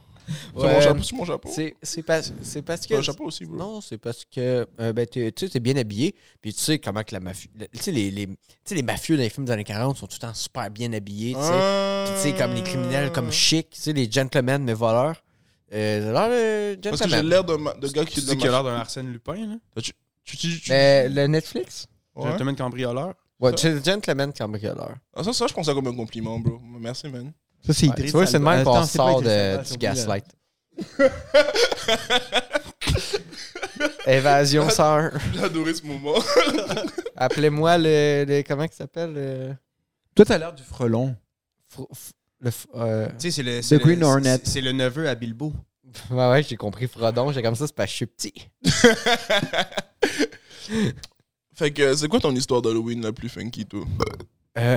S2: C'est
S1: Ouais.
S2: mon chapeau, c'est mon chapeau.
S1: c'est c'est parce, c'est parce que...
S2: T'as un chapeau aussi, bro.
S1: Non, c'est parce que euh, ben, t'es- tu sais, t'es bien habillé, puis tu sais comment que la mafia... le- Tu sais, les, les, tu sais, les mafieux dans les films des années 40 sont tout le temps super bien habillés, tu sais.
S2: Ah!
S1: Puis tu sais, comme les criminels, comme chic, tu sais, les gentlemen, mais voleurs. Euh, alors, le
S2: Parce que j'ai
S1: gentleman.
S2: l'air d'un ma- de gars qui
S5: Tu
S2: est de
S5: dis qu'il a l'air d'un Arsène Lupin, là?
S2: Tu tu- tu-
S1: Mais le Netflix?
S2: Ouais.
S5: Gentleman cambrioleur.
S1: Ouais, le gentleman cambrioleur.
S2: Ah, ça, ça, je pense ça comme un compliment, bro. Merci, man.
S4: Ça, c'est
S1: Ouais, tu vois, c'est le même qu'on sort de, du gaslight. Évasion, sœur.
S2: J'ai adoré ce moment.
S1: Appelez-moi le, le- Comment il s'appelle euh,
S4: Tout à l'heure du frelon.
S1: fr- f- le f- euh,
S5: Tu sais, c'est le,
S4: c'est le- Green Hornet.
S5: C'est, le neveu à Bilbo.
S1: ouais, ouais, j'ai compris Frodon. J'ai comme ça, c'est parce que je suis petit.
S2: Fait que, c'est quoi ton histoire d'Halloween la plus funky, toi
S1: Euh,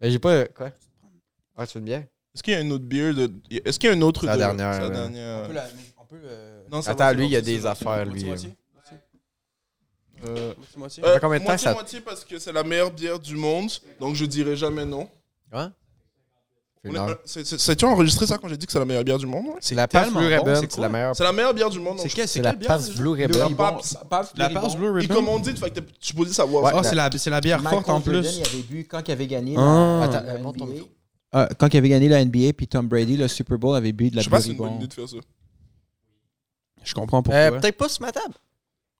S1: Ben, j'ai pas. Quoi Ah, tu veux bien
S2: Est-ce qu'il y a un autre beer de... Est-ce qu'il y a un autre
S1: C'est la
S2: de-
S1: dernière,
S2: c'est la
S1: ouais.
S2: dernière. Non, ça va,
S1: Attends,
S2: c'est
S1: lui, il y a
S2: bon,
S1: des
S2: c'est ça.
S1: affaires, lui.
S5: Moitié-moitié?
S2: Euh,
S5: Moitié-moitié?
S1: Ça fait combien de temps
S2: moitié,
S1: que ça-
S2: moitié parce que c'est la meilleure bière du monde, donc je dirais jamais non.
S1: euh,
S2: On est-
S1: non.
S2: euh, c'est- c'est- C'est tu as enregistré ça quand j'ai dit que c'est la meilleure bière du monde ouais?
S1: La passe
S5: tellement
S1: Blue
S5: bon,
S1: Ribbon,
S5: c'est
S1: c'est
S5: quoi?
S1: la meilleure.
S2: C'est la meilleure bière du monde. donc
S5: C'est,
S2: je-
S5: quelle, c'est
S1: la
S5: quelle bière,
S1: passe
S5: déjà?
S1: Blue
S4: Le
S1: Ribbon.
S4: Ribbon, Pabst
S5: La
S4: Ribbon.
S5: passe Blue
S2: Ils
S5: Ribbon?
S2: commandent, fait que t'es- tu peux le savoir.
S1: Ouais.
S5: Ah, c'est, la, c'est la bière
S4: Michael
S5: forte en
S4: Jordan,
S5: plus.
S4: il avait bu quand il avait gagné
S5: Ah.
S4: la,
S1: Attends,
S4: la
S1: euh, monte ton
S4: NBA.
S1: micro.
S4: Ah, quand il avait gagné la NBA, puis Tom Brady, le Super Bowl, avait bu de la
S2: Je sais pas
S4: Blue
S2: si c'est une bonne
S4: Ribbon.
S2: idée de faire ça.
S5: Je comprends pourquoi.
S1: Euh, Peut-être pas sur ma table.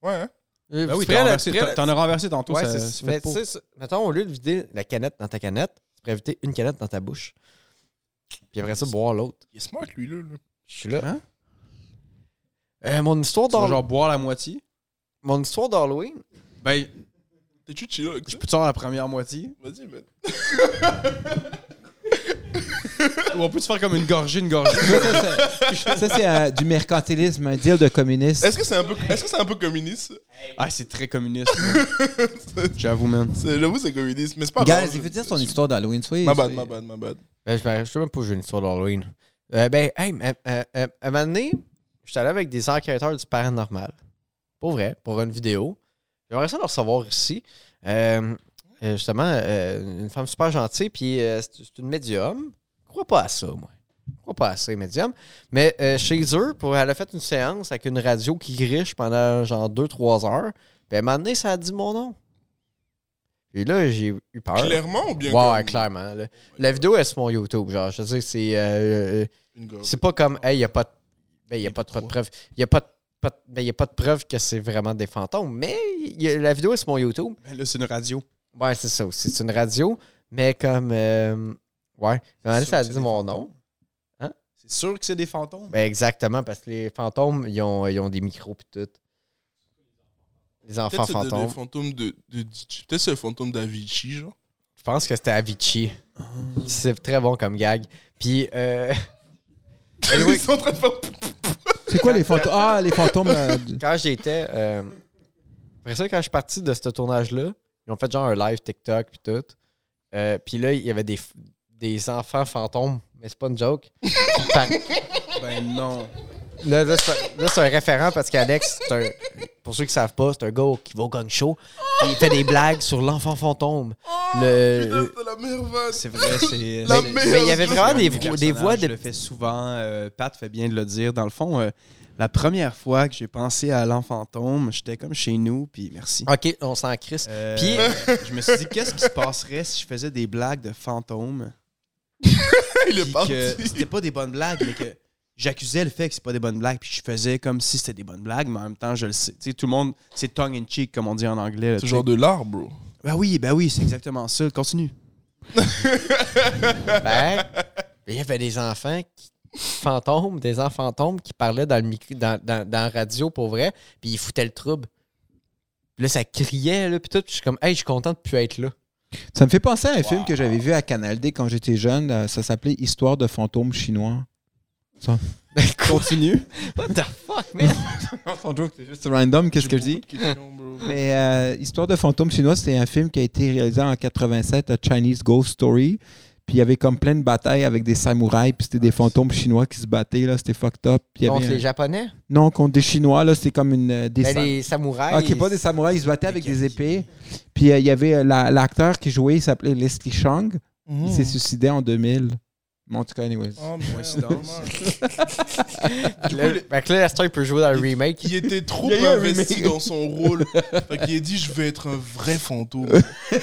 S2: Ouais, hein?
S1: Euh,
S5: Ben
S1: tu
S5: oui,
S1: ferais
S5: t'en,
S1: la-
S5: renversé-
S1: tu ferais la-
S5: t'en- t'en as renversé tantôt.
S1: Ouais,
S5: ça,
S1: c'est-
S5: ça fait
S1: mais
S5: peau.
S1: tu sais, ça- mettons, au lieu de vider la canette dans ta canette, tu pourrais éviter une canette dans ta bouche. Puis après ça, boire l'autre.
S2: Il est smart, lui, là. là.
S1: Je suis là.
S5: Hein?
S1: Euh, mon histoire
S5: Tu vas
S1: d'Halloween.
S5: genre boire la moitié.
S1: Mon histoire d'Halloween.
S5: Ben,
S2: T'es-tu chill avec
S5: je
S2: ça?
S5: peux te sortir la première moitié.
S2: Vas-y, man.
S5: Ou on peut se faire comme une gorgée, une gorgée.
S4: Ça, c'est- ça, c'est euh, du mercantilisme, un deal de communiste.
S2: Est-ce que c'est un peu, est-ce que c'est un peu communiste?
S5: Ah, c'est très communiste. man. J'avoue, man.
S2: C'est- J'avoue, c'est communiste, mais c'est pas
S4: Guys,
S2: grave.
S4: il veut dire son
S2: Je-
S4: histoire d'Halloween, soyez.
S2: Ma bad,
S4: soyez-
S2: ma bad, ma bad.
S1: Ben, je, ben, je sais même pas que j'ai une histoire d'Halloween. Euh, ben, hey, mais, euh, euh, à un moment donné, j'étais allé avec des enquêteurs du paranormal. Pour vrai, pour une vidéo. J'aimerais ça le recevoir ici. Euh, euh, justement, euh, une femme super gentille, puis euh, c'est c'est une médium. Je crois pas à ça, moi. Je crois pas à ça, les médiums. Mais euh, chez eux, pour, elle a fait une séance avec une radio qui griche pendant genre 2-3 heures. Puis à un moment donné, ça a dit mon nom. Et là, j'ai eu
S2: Ah
S1: peur.
S2: Clairement ou bien
S1: Ouais, ouais,
S2: comme-
S1: clairement. là. La vidéo est sur mon YouTube, genre. Je veux dire, c'est. euh, euh,
S2: Une gorge.
S1: c'est pas comme. Hey, y a pas de. Ben, y a pas trop de preuves. Y a pas de. pas de- ben, y a pas de preuves que c'est vraiment des fantômes, mais y a- la vidéo est sur mon YouTube.
S5: Ben Là, c'est une radio.
S1: Ouais, c'est ça aussi. C'est une radio, mais comme. euh, ouais. Vraiment, ça a dit mon nom. Hein?
S5: C'est sûr que c'est des fantômes.
S1: Ben, exactement, parce que les fantômes, ils ont, ils ont des micros pis tout. Les enfants
S2: Peut-être c'est des-
S1: fantômes.
S2: des fantômes de, de, de- peut-être c'est le fantôme d'Avicii, genre.
S1: Je pense que c'était Avicii.
S2: Ah.
S1: C'est très bon comme gag. Puis. euh,
S2: Ils sont en train de faire
S4: C'est quoi les fantômes Ah, les fantômes. euh, du-
S1: quand j'étais. euh, après ça, quand je suis parti de ce tournage-là, Ils ont fait genre un live TikTok puis tout. Euh, puis là, il y avait des, f- des enfants fantômes, mais c'est pas une joke. Par-
S5: Ben non.
S1: Là, là, c'est un- là, c'est un référent parce qu'Alex, c'est un- pour ceux qui savent pas, c'est un gars qui va au gang show. puis Il fait des blagues sur l'enfant fantôme. Le-
S2: Putain, c'était la merveille.
S5: C'est vrai, c'est.
S2: La
S5: c'est-
S2: merde.
S1: Mais il y avait vraiment des,
S5: personnage,
S1: vo- des voix
S5: Je
S1: de.
S5: le fais souvent. euh, Pat fait bien de le dire. Dans le fond, euh, la première fois que j'ai pensé à l'enfantôme, j'étais comme chez nous, puis merci.
S1: Ok, on s'en crisse.
S5: Euh,
S1: Puis-
S5: je me suis dit, qu'est-ce qui se passerait si je faisais des blagues de fantômes?
S2: Il est
S5: puis
S2: parti.
S5: que c'était pas des bonnes blagues, mais que j'accusais le fait que c'est pas des bonnes blagues, puis je faisais comme si c'était des bonnes blagues, mais en même temps, je le sais. Tu sais, tout le monde, c'est tongue in cheek, comme on dit en anglais. là,
S2: C'est
S5: tu
S2: genre
S5: sais.
S2: de l'art, bro.
S5: Ben oui, ben oui, c'est exactement ça. Continue.
S1: Ben, il y avait des enfants qui- fantômes, des enfants fantômes qui parlaient dans le micro, dans, dans, dans la radio pour vrai, puis ils foutaient le trouble. Puis là, ça criait, là, puis tout. puis je suis comme, hey, je suis content de plus être là.
S4: Ça me fait penser à un film que j'avais vu à Canal D quand j'étais jeune. euh, Ça s'appelait Histoire de fantômes chinois.
S5: Continue.
S1: What the fuck, man?
S4: C'est juste random, qu'est-ce que je dis? Mais euh, Histoire de fantômes chinois, c'est un film qui a été réalisé en 87, à Chinese Ghost Story. Puis il y avait comme plein de batailles avec des samouraïs, puis c'était des fantômes chinois qui se battaient, là, c'était fucked up. Puis il y avait
S1: Ah, Contre
S4: un-
S1: les Japonais?
S4: Non, contre des Chinois, là, c'était comme une, euh, des,
S1: Ben,
S4: sa- Ah,
S1: les samouraïs.
S4: Ok, pas des samouraïs, ils se battaient avec des épées. Puis euh, il y avait euh, la- l'acteur qui jouait, il s'appelait Leslie Chang. Il
S2: Hmm.
S4: s'est suicidé en 2000. Bon, en tout cas, anyways.
S2: Ah,
S1: Là, fait que là, Astor, il peut jouer dans le remake.
S2: Il était trop
S4: Il y a eu un
S2: investi
S4: remake.
S2: dans son rôle. Fait qu'il a dit Je vais être un vrai fantôme. Je vais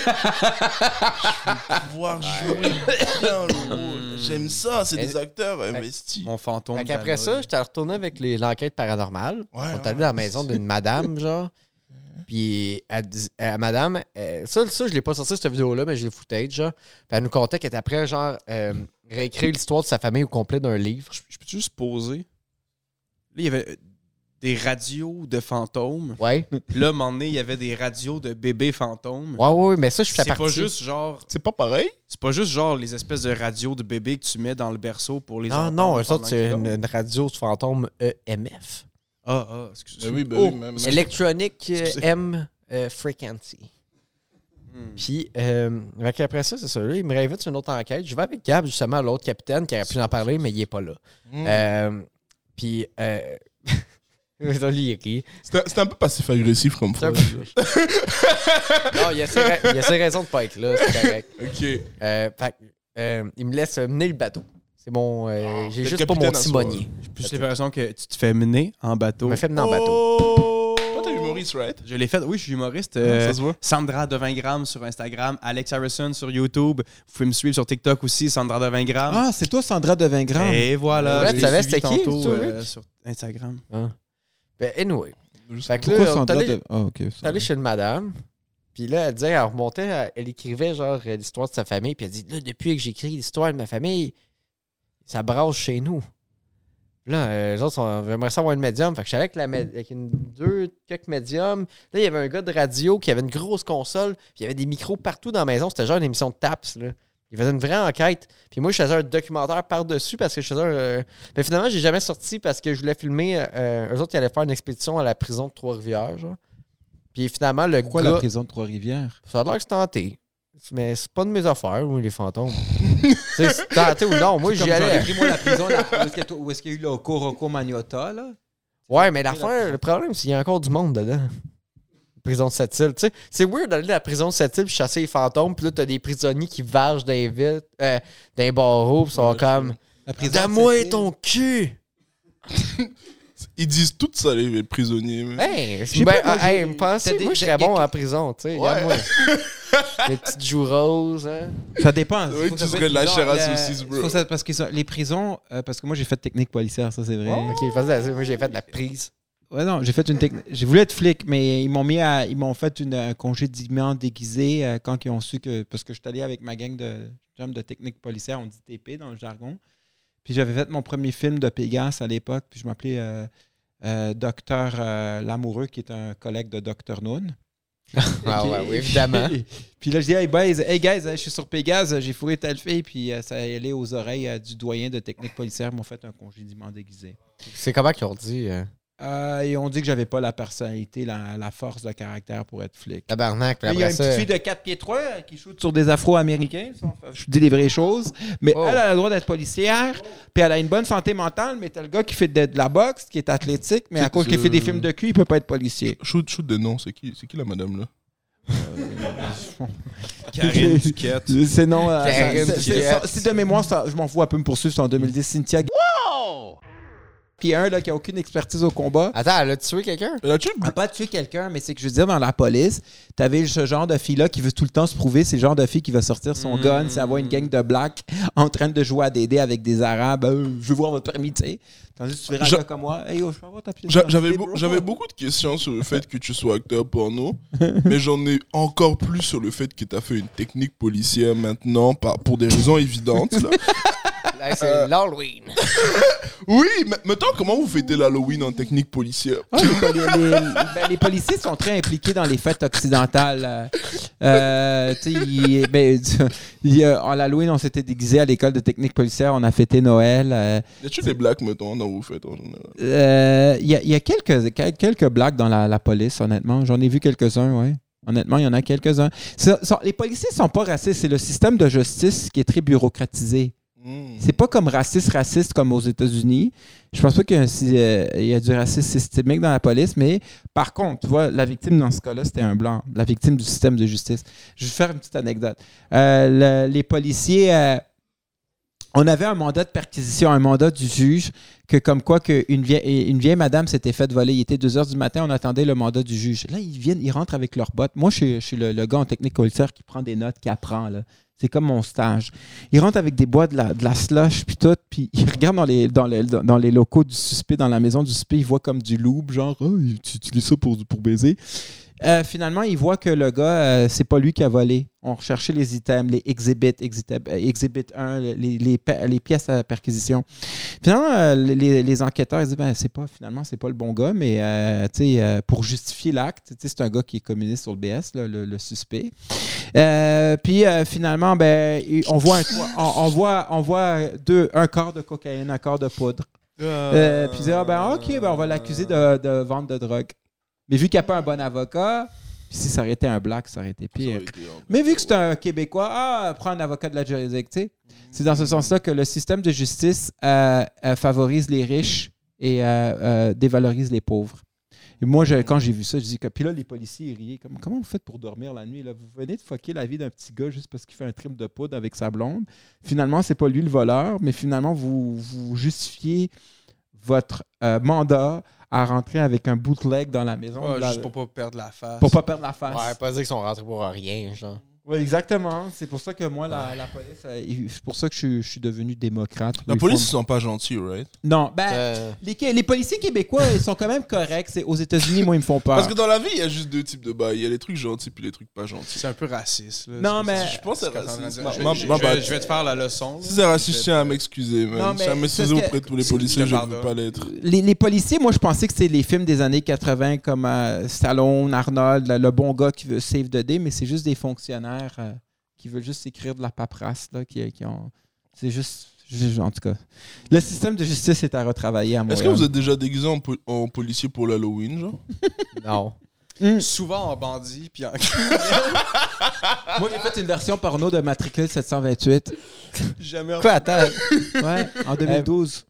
S2: pouvoir jouer bien le rôle. J'aime ça, c'est des acteurs investis.
S5: Mon fantôme.
S1: Fait qu'après ça, j'étais retourné avec les- l'enquête paranormale.
S2: Ouais,
S1: On est
S2: ouais.
S1: allé dans la maison d'une madame, genre. Puis, elle dis- euh, madame, euh, ça, ça, je l'ai pas sorti, cette vidéo-là, mais j'ai le footage, genre. Puis, elle nous contait qu'elle était après, genre, euh, réécrire l'histoire de sa famille au complet d'un livre.
S5: je, je peux juste poser. Là, il y avait euh, des radios de fantômes.
S1: Ouais.
S5: Puis là, à un moment donné, il y avait des radios de bébés fantômes.
S1: Ouais, ouais, ouais, mais ça, je fais
S5: c'est
S1: partie.
S5: pas juste genre.
S2: C'est pas pareil
S5: C'est pas juste genre les espèces de radios de bébés que tu mets dans le berceau pour les
S1: Non, Ah,
S5: entendre
S1: non, eux
S5: pendant
S1: autres, c'est
S5: qu'ils
S1: une,
S5: dorment.
S1: une radio de fantôme E EMF.
S5: Ah, ah, excuse-moi.
S2: oui, ben
S1: Oh,
S2: oui, même.
S1: Electronic euh,
S5: Excusez.
S1: M euh, Frequency. Puis, euh, fait qu'après ça, c'est ça. là, il me réinvite sur une autre enquête. Je vais avec Gab, justement, l'autre capitaine qui aurait pu en parler, mais il n'est pas là.
S2: Mm.
S1: Euh, puis, euh... ça, lui, il rit.
S2: C'était c'était un peu passif-agressif comme
S1: C'est un
S2: phrase.
S1: peu- Non, il a, ses ra- il a ses raisons de pas être là, c'est correct.
S2: Ok.
S1: Euh, fait que, euh, il me laisse mener le bateau. C'est mon. euh, J'ai
S2: Ah, le
S1: juste pas mon
S2: capitaine en soi.
S1: timonier.
S5: J'ai plus l'impression que tu te fais mener en bateau.
S1: Je me fais
S2: Oh.
S1: mener en bateau.
S2: Toi, t'es humoriste, right
S5: Je l'ai fait. Oui, je suis humoriste.
S1: Ah,
S2: Ça
S5: euh,
S2: se voit.
S5: Sandra de 20 grammes sur Instagram, Alex Harrison sur YouTube. Vous pouvez me suivre sur TikTok aussi, Sandra de 20 grammes.
S4: Ah, c'est toi, Sandra de 20 grammes.
S2: Eh.
S5: Et voilà.
S1: Ouais,
S5: je
S1: tu
S5: l'ai
S1: savais
S5: suivi
S1: c'était qui,
S5: tantôt,
S1: toi,
S5: euh, sur Instagram.
S1: Ben, anyway. Fait que
S4: Pourquoi
S1: là, on est
S4: Sandra
S1: allé-
S4: de... Ah, ok.
S1: Je suis allé chez une madame. Puis là, elle disait, elle remontait, elle, elle écrivait genre euh, l'histoire de sa famille. Puis elle dit, là, depuis que j'écris l'histoire de ma famille, ça brasse chez nous. Là, euh, les autres, sont, j'aimerais savoir une médium. Fait que je suis allé avec, la mé- avec une, deux, quelques médiums. Là, il y avait un gars de radio qui avait une grosse console. Puis il y avait des micros partout dans la maison. C'était genre une émission de TAPS, là. Il faisait une vraie enquête. Puis moi, je faisais un documentaire par-dessus parce que je faisais un. euh, Mais finalement, j'ai jamais sorti parce que je voulais filmer. Euh, eux autres, ils allaient faire une expédition à la prison de Trois-Rivières, genre. Puis finalement, le
S4: Pourquoi
S1: gars.
S4: la prison de Trois-Rivières?
S1: Ça a l'air que c'est tenté. Mais c'est pas de mes affaires, oui, les fantômes. Tu sais, c'est tenté ou non. Moi, j'y allais.
S4: moi la prison où est-ce qu'il y a eu le Coroco Magnota, là.
S1: Ouais, mais l'affaire, le problème, c'est qu'il y a encore du monde dedans. Prison de cette île. Tu sais, c'est weird d'aller à la prison de cette île chasser les fantômes, puis là, t'as des prisonniers qui vargent dans les vitres, euh, dans les barreaux, puis sont comme «
S4: La prison
S1: Donne-moi
S4: de-
S1: ton cul!
S2: Ils disent tout ça, les prisonniers. mais- »
S1: Hey!
S4: Hmm. sais
S1: Ben,
S4: pas, moi,
S1: ah, hey,
S4: j'ai-
S1: me pensez,
S4: t'as des-
S1: moi, je
S4: t'as-
S1: serais bon
S4: y a-
S1: en prison, tu sais.
S2: Ouais.
S1: regarde-moi. Les petites joues roses, hein.
S4: Ça dépend.
S2: Oui,
S4: Faut que
S2: tu
S4: ça soit
S2: serais de la
S4: bizarre,
S2: chair à
S4: la-
S2: saucisse, bro.
S4: faut que ça- Parce que ça- les prisons, euh, parce que moi j'ai fait technique policière, ça c'est vrai.
S1: Ok, vas-y, moi, j'ai fait de la prise.
S4: Ouais, non, j'ai fait une technique. Je voulais être flic, mais ils m'ont mis à. Ils m'ont fait une, un congédiement déguisé euh, quand ils ont su que. Parce que je suis allé avec ma gang de chums de technique policière, on dit TP dans le jargon. Puis j'avais fait mon premier film de Pégase à l'époque, puis je m'appelais euh, euh, Docteur euh, Lamoureux, qui est un collègue de Docteur Noon.
S1: Ah
S4: Ok.
S1: ouais, oui, évidemment.
S4: puis là, je dis, hey, boys, hey, guys, je suis sur Pégase, j'ai fourré telle fille, puis euh, ça allait aux oreilles euh, du doyen de technique policière, ils m'ont fait un congédiement déguisé.
S1: C'est comment qu'ils ont dit? euh,
S4: Euh, ils ont dit que j'avais pas la personnalité, la, la force de caractère pour être flic.
S1: Tabarnak, puis
S4: Il y a
S1: après
S4: une
S1: ça.
S4: petite fille de 4 pieds 3 qui shoot sur des Afro-Américains. ça, on fait- Je dis les vraies choses. Mais
S1: Oh.
S4: elle a le droit d'être policière. Puis elle a une bonne santé mentale. Mais t'as le gars qui fait de, de la boxe, qui est athlétique. Mais à
S2: C'est-
S4: cause qu'il fait des
S2: euh,
S4: films de cul, il peut pas être policier.
S2: Shoot, shoot de nom, c'est qui, c'est qui la madame là
S5: Karine Duquette.
S4: C'est non. euh,
S1: Karine
S4: c'est- c'est-
S1: Duquette.
S4: c'est- Si de mémoire, ça- je m'en fous un peu me poursuivre. C'est en 2010. Cynthia. Puis un là, qui a aucune expertise au combat.
S1: Attends, elle a tué quelqu'un?
S2: Elle a tué le
S4: a pas tué quelqu'un, mais c'est que je veux dire, dans la police, t'avais ce genre de fille-là qui veut tout le temps se prouver. C'est le genre de fille qui va sortir
S2: Mm.
S4: son gun, c'est avoir une gang de blacks en train de jouer à DD avec des Arabes. Euh, je veux voir votre permis, tu sais. Tandis que tu verras un
S2: J'a-
S4: gars comme moi. Hey, yo, je peux avoir ta pièce
S2: J'a-
S4: d'identité,
S2: J'avais beau-
S4: bro?
S2: j'avais beaucoup de questions sur le fait que tu sois acteur porno, mais j'en ai encore plus sur le fait que tu as fait une technique policière maintenant par, pour des raisons évidentes. là.
S1: Là, c'est l'Halloween.
S2: Oui, mais- mettons, comment vous fêtez l'Halloween en technique policière
S4: Ah, les, les- les- ben, les policiers sont très impliqués dans les fêtes occidentales. Euh, euh, tu sais, ils- ben, ils, euh, en Halloween, on s'était déguisé à l'école de technique policière, on a fêté Noël. euh,
S2: Y a-tu des blacks, mettons, dans vos fêtes en général
S4: Euh, Il y a, il y a quelques, quel- quelques blagues dans la, la police, honnêtement. J'en ai vu quelques-uns, oui. Honnêtement, il y en a quelques-uns. Ça- ça- les policiers sont pas racistes. C'est le système de justice qui est très bureaucratisé.
S2: Hmm.
S4: C'est pas comme raciste, raciste comme aux États-Unis. Je pense pas qu'il y, a un si- euh, il y a du racisme systémique dans la police, mais par contre, tu vois, la victime dans ce cas-là, c'était un blanc, la victime du système de justice. Je vais vous faire une petite anecdote. Euh, le- les policiers, euh, on avait un mandat de perquisition, un mandat du juge, que comme quoi que une vieille, une vieille madame s'était faite voler. Il était 2 heures du matin, on attendait le mandat du juge. Là, ils viennent, ils rentrent avec leurs bottes. Moi, je suis, je suis le, le gars en technique policière qui prend des notes, qui apprend. là. C'est comme mon stage. Ils rentrent avec des bois de la, de la slush, puis tout, puis ils regardent dans les, dans, les, dans les locaux du suspect, dans la maison du suspect, ils voient comme du loup, genre, Ah, tu utilises ça pour, pour baiser. Euh, finalement, ils voient que le gars, euh, c'est pas lui qui a volé. On recherchait les items, les exhibits, exhibit, euh, exhibit 1, les, les, pa- les pièces à perquisition. Finalement, euh, les, les enquêteurs ils disent ben, c'est pas, finalement, c'est pas le bon gars, mais euh, tu sais, euh, pour justifier l'acte, tu sais, c'est un gars qui est communiste sur le BS, là, le, le suspect. Euh, puis euh, finalement, ben, il- on voit, un- on, on voit, on voit deux, un corps de cocaïne, un corps de poudre. Euh, puis ils disent ah, ben, OK, ben, on va l'accuser de, de vente de drogue. Mais vu qu'il n'y a pas un bon avocat, puis si ça aurait été un black, ça aurait été
S2: Ça
S4: pire.
S2: aurait été un-
S4: Mais vu que c'est un Québécois, ah, prends un avocat de la juridiction. tu sais. C'est dans ce sens-là que le système de justice euh, euh, favorise les riches et euh, euh, dévalorise les pauvres. Et moi, je- quand j'ai vu ça, je dis que. Puis là, les policiers, ils riaient. Comme, comment vous faites pour dormir la nuit? Là? Vous venez de fucker la vie d'un petit gars juste parce qu'il fait un trim de poudre avec sa blonde. Finalement, c'est pas lui le voleur, mais finalement, vous, vous justifiez votre euh, mandat à rentrer avec un bootleg dans la maison.
S5: Ouais,
S4: de la-
S5: juste pour pas perdre la face.
S4: pour pas perdre la face.
S1: Ouais, pas dire qu'ils sont rentrés pour rien, genre.
S4: Oui, exactement. C'est pour ça que moi, la, la police, euh, il- c'est pour ça que je, suis- je suis devenu démocrate.
S2: La
S4: Oui,
S2: police, ils
S4: faut-
S2: sont pas gentils, right
S4: Non, ben,
S1: Euh,
S4: les, Qué- les policiers québécois, ils sont quand même corrects. C'est aux États-Unis, moi, ils me font peur.
S2: Parce que dans la vie, il y a juste deux types de bails. Il y a les trucs gentils puis les trucs pas gentils.
S5: C'est un peu raciste. là.
S4: Non,
S5: C'est-
S4: mais-
S5: Je pense que c'est
S2: Je-
S5: raciste.
S2: ma-
S5: Je-
S2: ma-
S5: je-
S2: ma
S5: je-
S1: bah,
S2: bad.
S5: Je vais te faire la leçon.
S2: Si c'est raciste, je tiens à m'excuser,
S4: Non,
S2: man.
S4: mais
S2: Je tiens à m'excuser
S4: parce que-
S2: auprès de tous les
S5: Si, je
S2: policiers,
S5: te
S2: je
S5: pardonne.
S2: veux
S4: hein.
S2: pas l'être.
S4: les, les policiers, moi, je pensais que c'était les films des années 80 comme euh, Stallone, Arnold, le, le bon gars qui veut save the day, mais c'est juste des fonctionnaires euh, qui veulent juste écrire de la paperasse. Là, qui, qui ont... C'est juste, juste- En tout cas, le système de justice est à retravailler à moi.
S2: Est-ce que vous êtes déjà déguisé en, po- en policier pour l'Halloween, genre
S1: non.
S5: Souvent en bandit, puis en.
S4: Moi, j'ai fait une version porno de Matricule 728.
S5: Jamais
S1: Quoi, attends?
S4: Ouais, en 2012.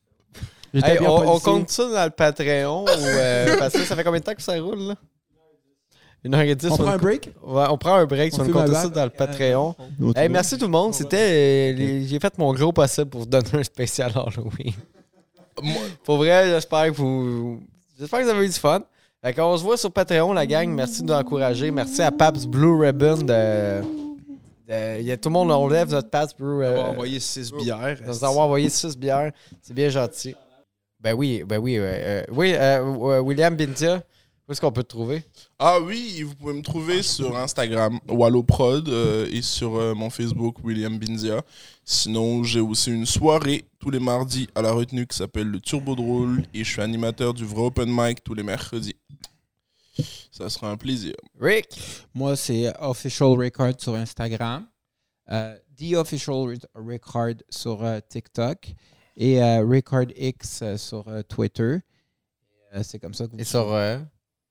S4: J'étais
S1: Hey,
S4: bien
S1: on, on
S4: policier.
S1: compte ça dans le Patreon ou, euh, parce que ça fait combien de temps que ça roule là? Une heure et dix.
S4: On prend
S1: va-
S4: un break?
S1: ouais, on prend un break,
S4: On
S1: on, on
S4: fume un
S1: compte
S4: bat.
S1: ça dans le Patreon. Hey, merci tout le monde.
S5: ben,
S1: C'était. euh, les- J'ai fait mon gros possible pour vous donner un spécial Halloween. pour vrai, j'espère que vous. J'espère que vous avez eu du fun. Fait qu'on se voit sur Patreon, la gang. Merci de nous encourager. Merci à Paps Blue Ribbon de. de- y a, tout le monde enlève notre Paps Blue
S5: On va
S1: Ribbon.
S5: envoyer 6 bières.
S1: De nous avoir envoyé six bières. C'est bien gentil. Ben oui, ben oui. ouais, euh, oui, euh, euh, William Bintia, où est-ce qu'on peut te trouver?
S2: Ah oui, vous pouvez me trouver sur Instagram, WalloProd, euh, et sur euh, mon Facebook, William Binzia. Sinon, j'ai aussi une soirée tous les mardis à la retenue qui s'appelle le Turbo Drôle, et je suis animateur du vrai open mic tous les mercredis. Ça sera un plaisir.
S1: Rick!
S4: Moi, c'est Official Record sur Instagram. Euh, The Official Re- Record sur euh, TikTok. Et euh, Record X euh, sur euh, Twitter. euh, c'est comme ça que vous.
S1: Et sur euh,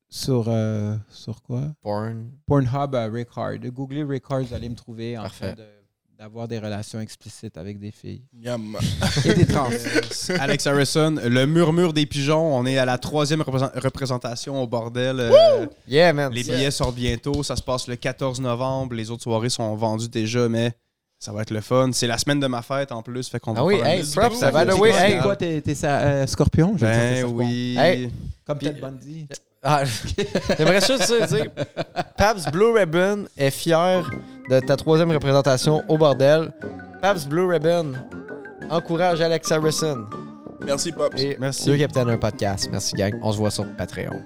S4: Sur, euh, sur quoi
S1: porn.
S4: Pornhub euh, Rick Hard. Googlez Rick Hard, vous allez me trouver en
S1: Parfait.
S4: train de- d'avoir des relations explicites avec des filles.
S2: Miam.
S4: Et des trans.
S5: Alex Harrison, le murmure des pigeons. On est à la troisième représent- représentation au bordel. euh,
S1: Yeah, man.
S5: les
S1: ça.
S5: billets sortent bientôt. Ça se passe le 14 novembre. Les autres soirées sont vendues déjà, mais ça va être le fun. C'est la semaine de ma fête en plus. Fait qu'on va
S1: Ah oui,
S5: faire un
S1: hey,
S5: petit
S1: props,
S5: gros-
S1: ça va
S5: C'est
S1: le way,
S5: quoi,
S1: hey.
S5: c'est
S4: Quoi, t'es t'es sa- euh, scorpion? Je veux dire, t'es
S5: Ben
S4: scorpion.
S5: oui.
S1: Hey.
S4: Comme Ted Bundy.
S1: Ah, J'aimerais ça, tu sais, dire. Pabs Blue Ribbon est fier de ta troisième représentation au bordel. Pabs Blue Ribbon encourage Alex Harrison
S2: Merci, Pops.
S1: et
S5: Merci.
S1: Monsieur Capitaine un podcast. Merci gang. On se voit sur Patreon.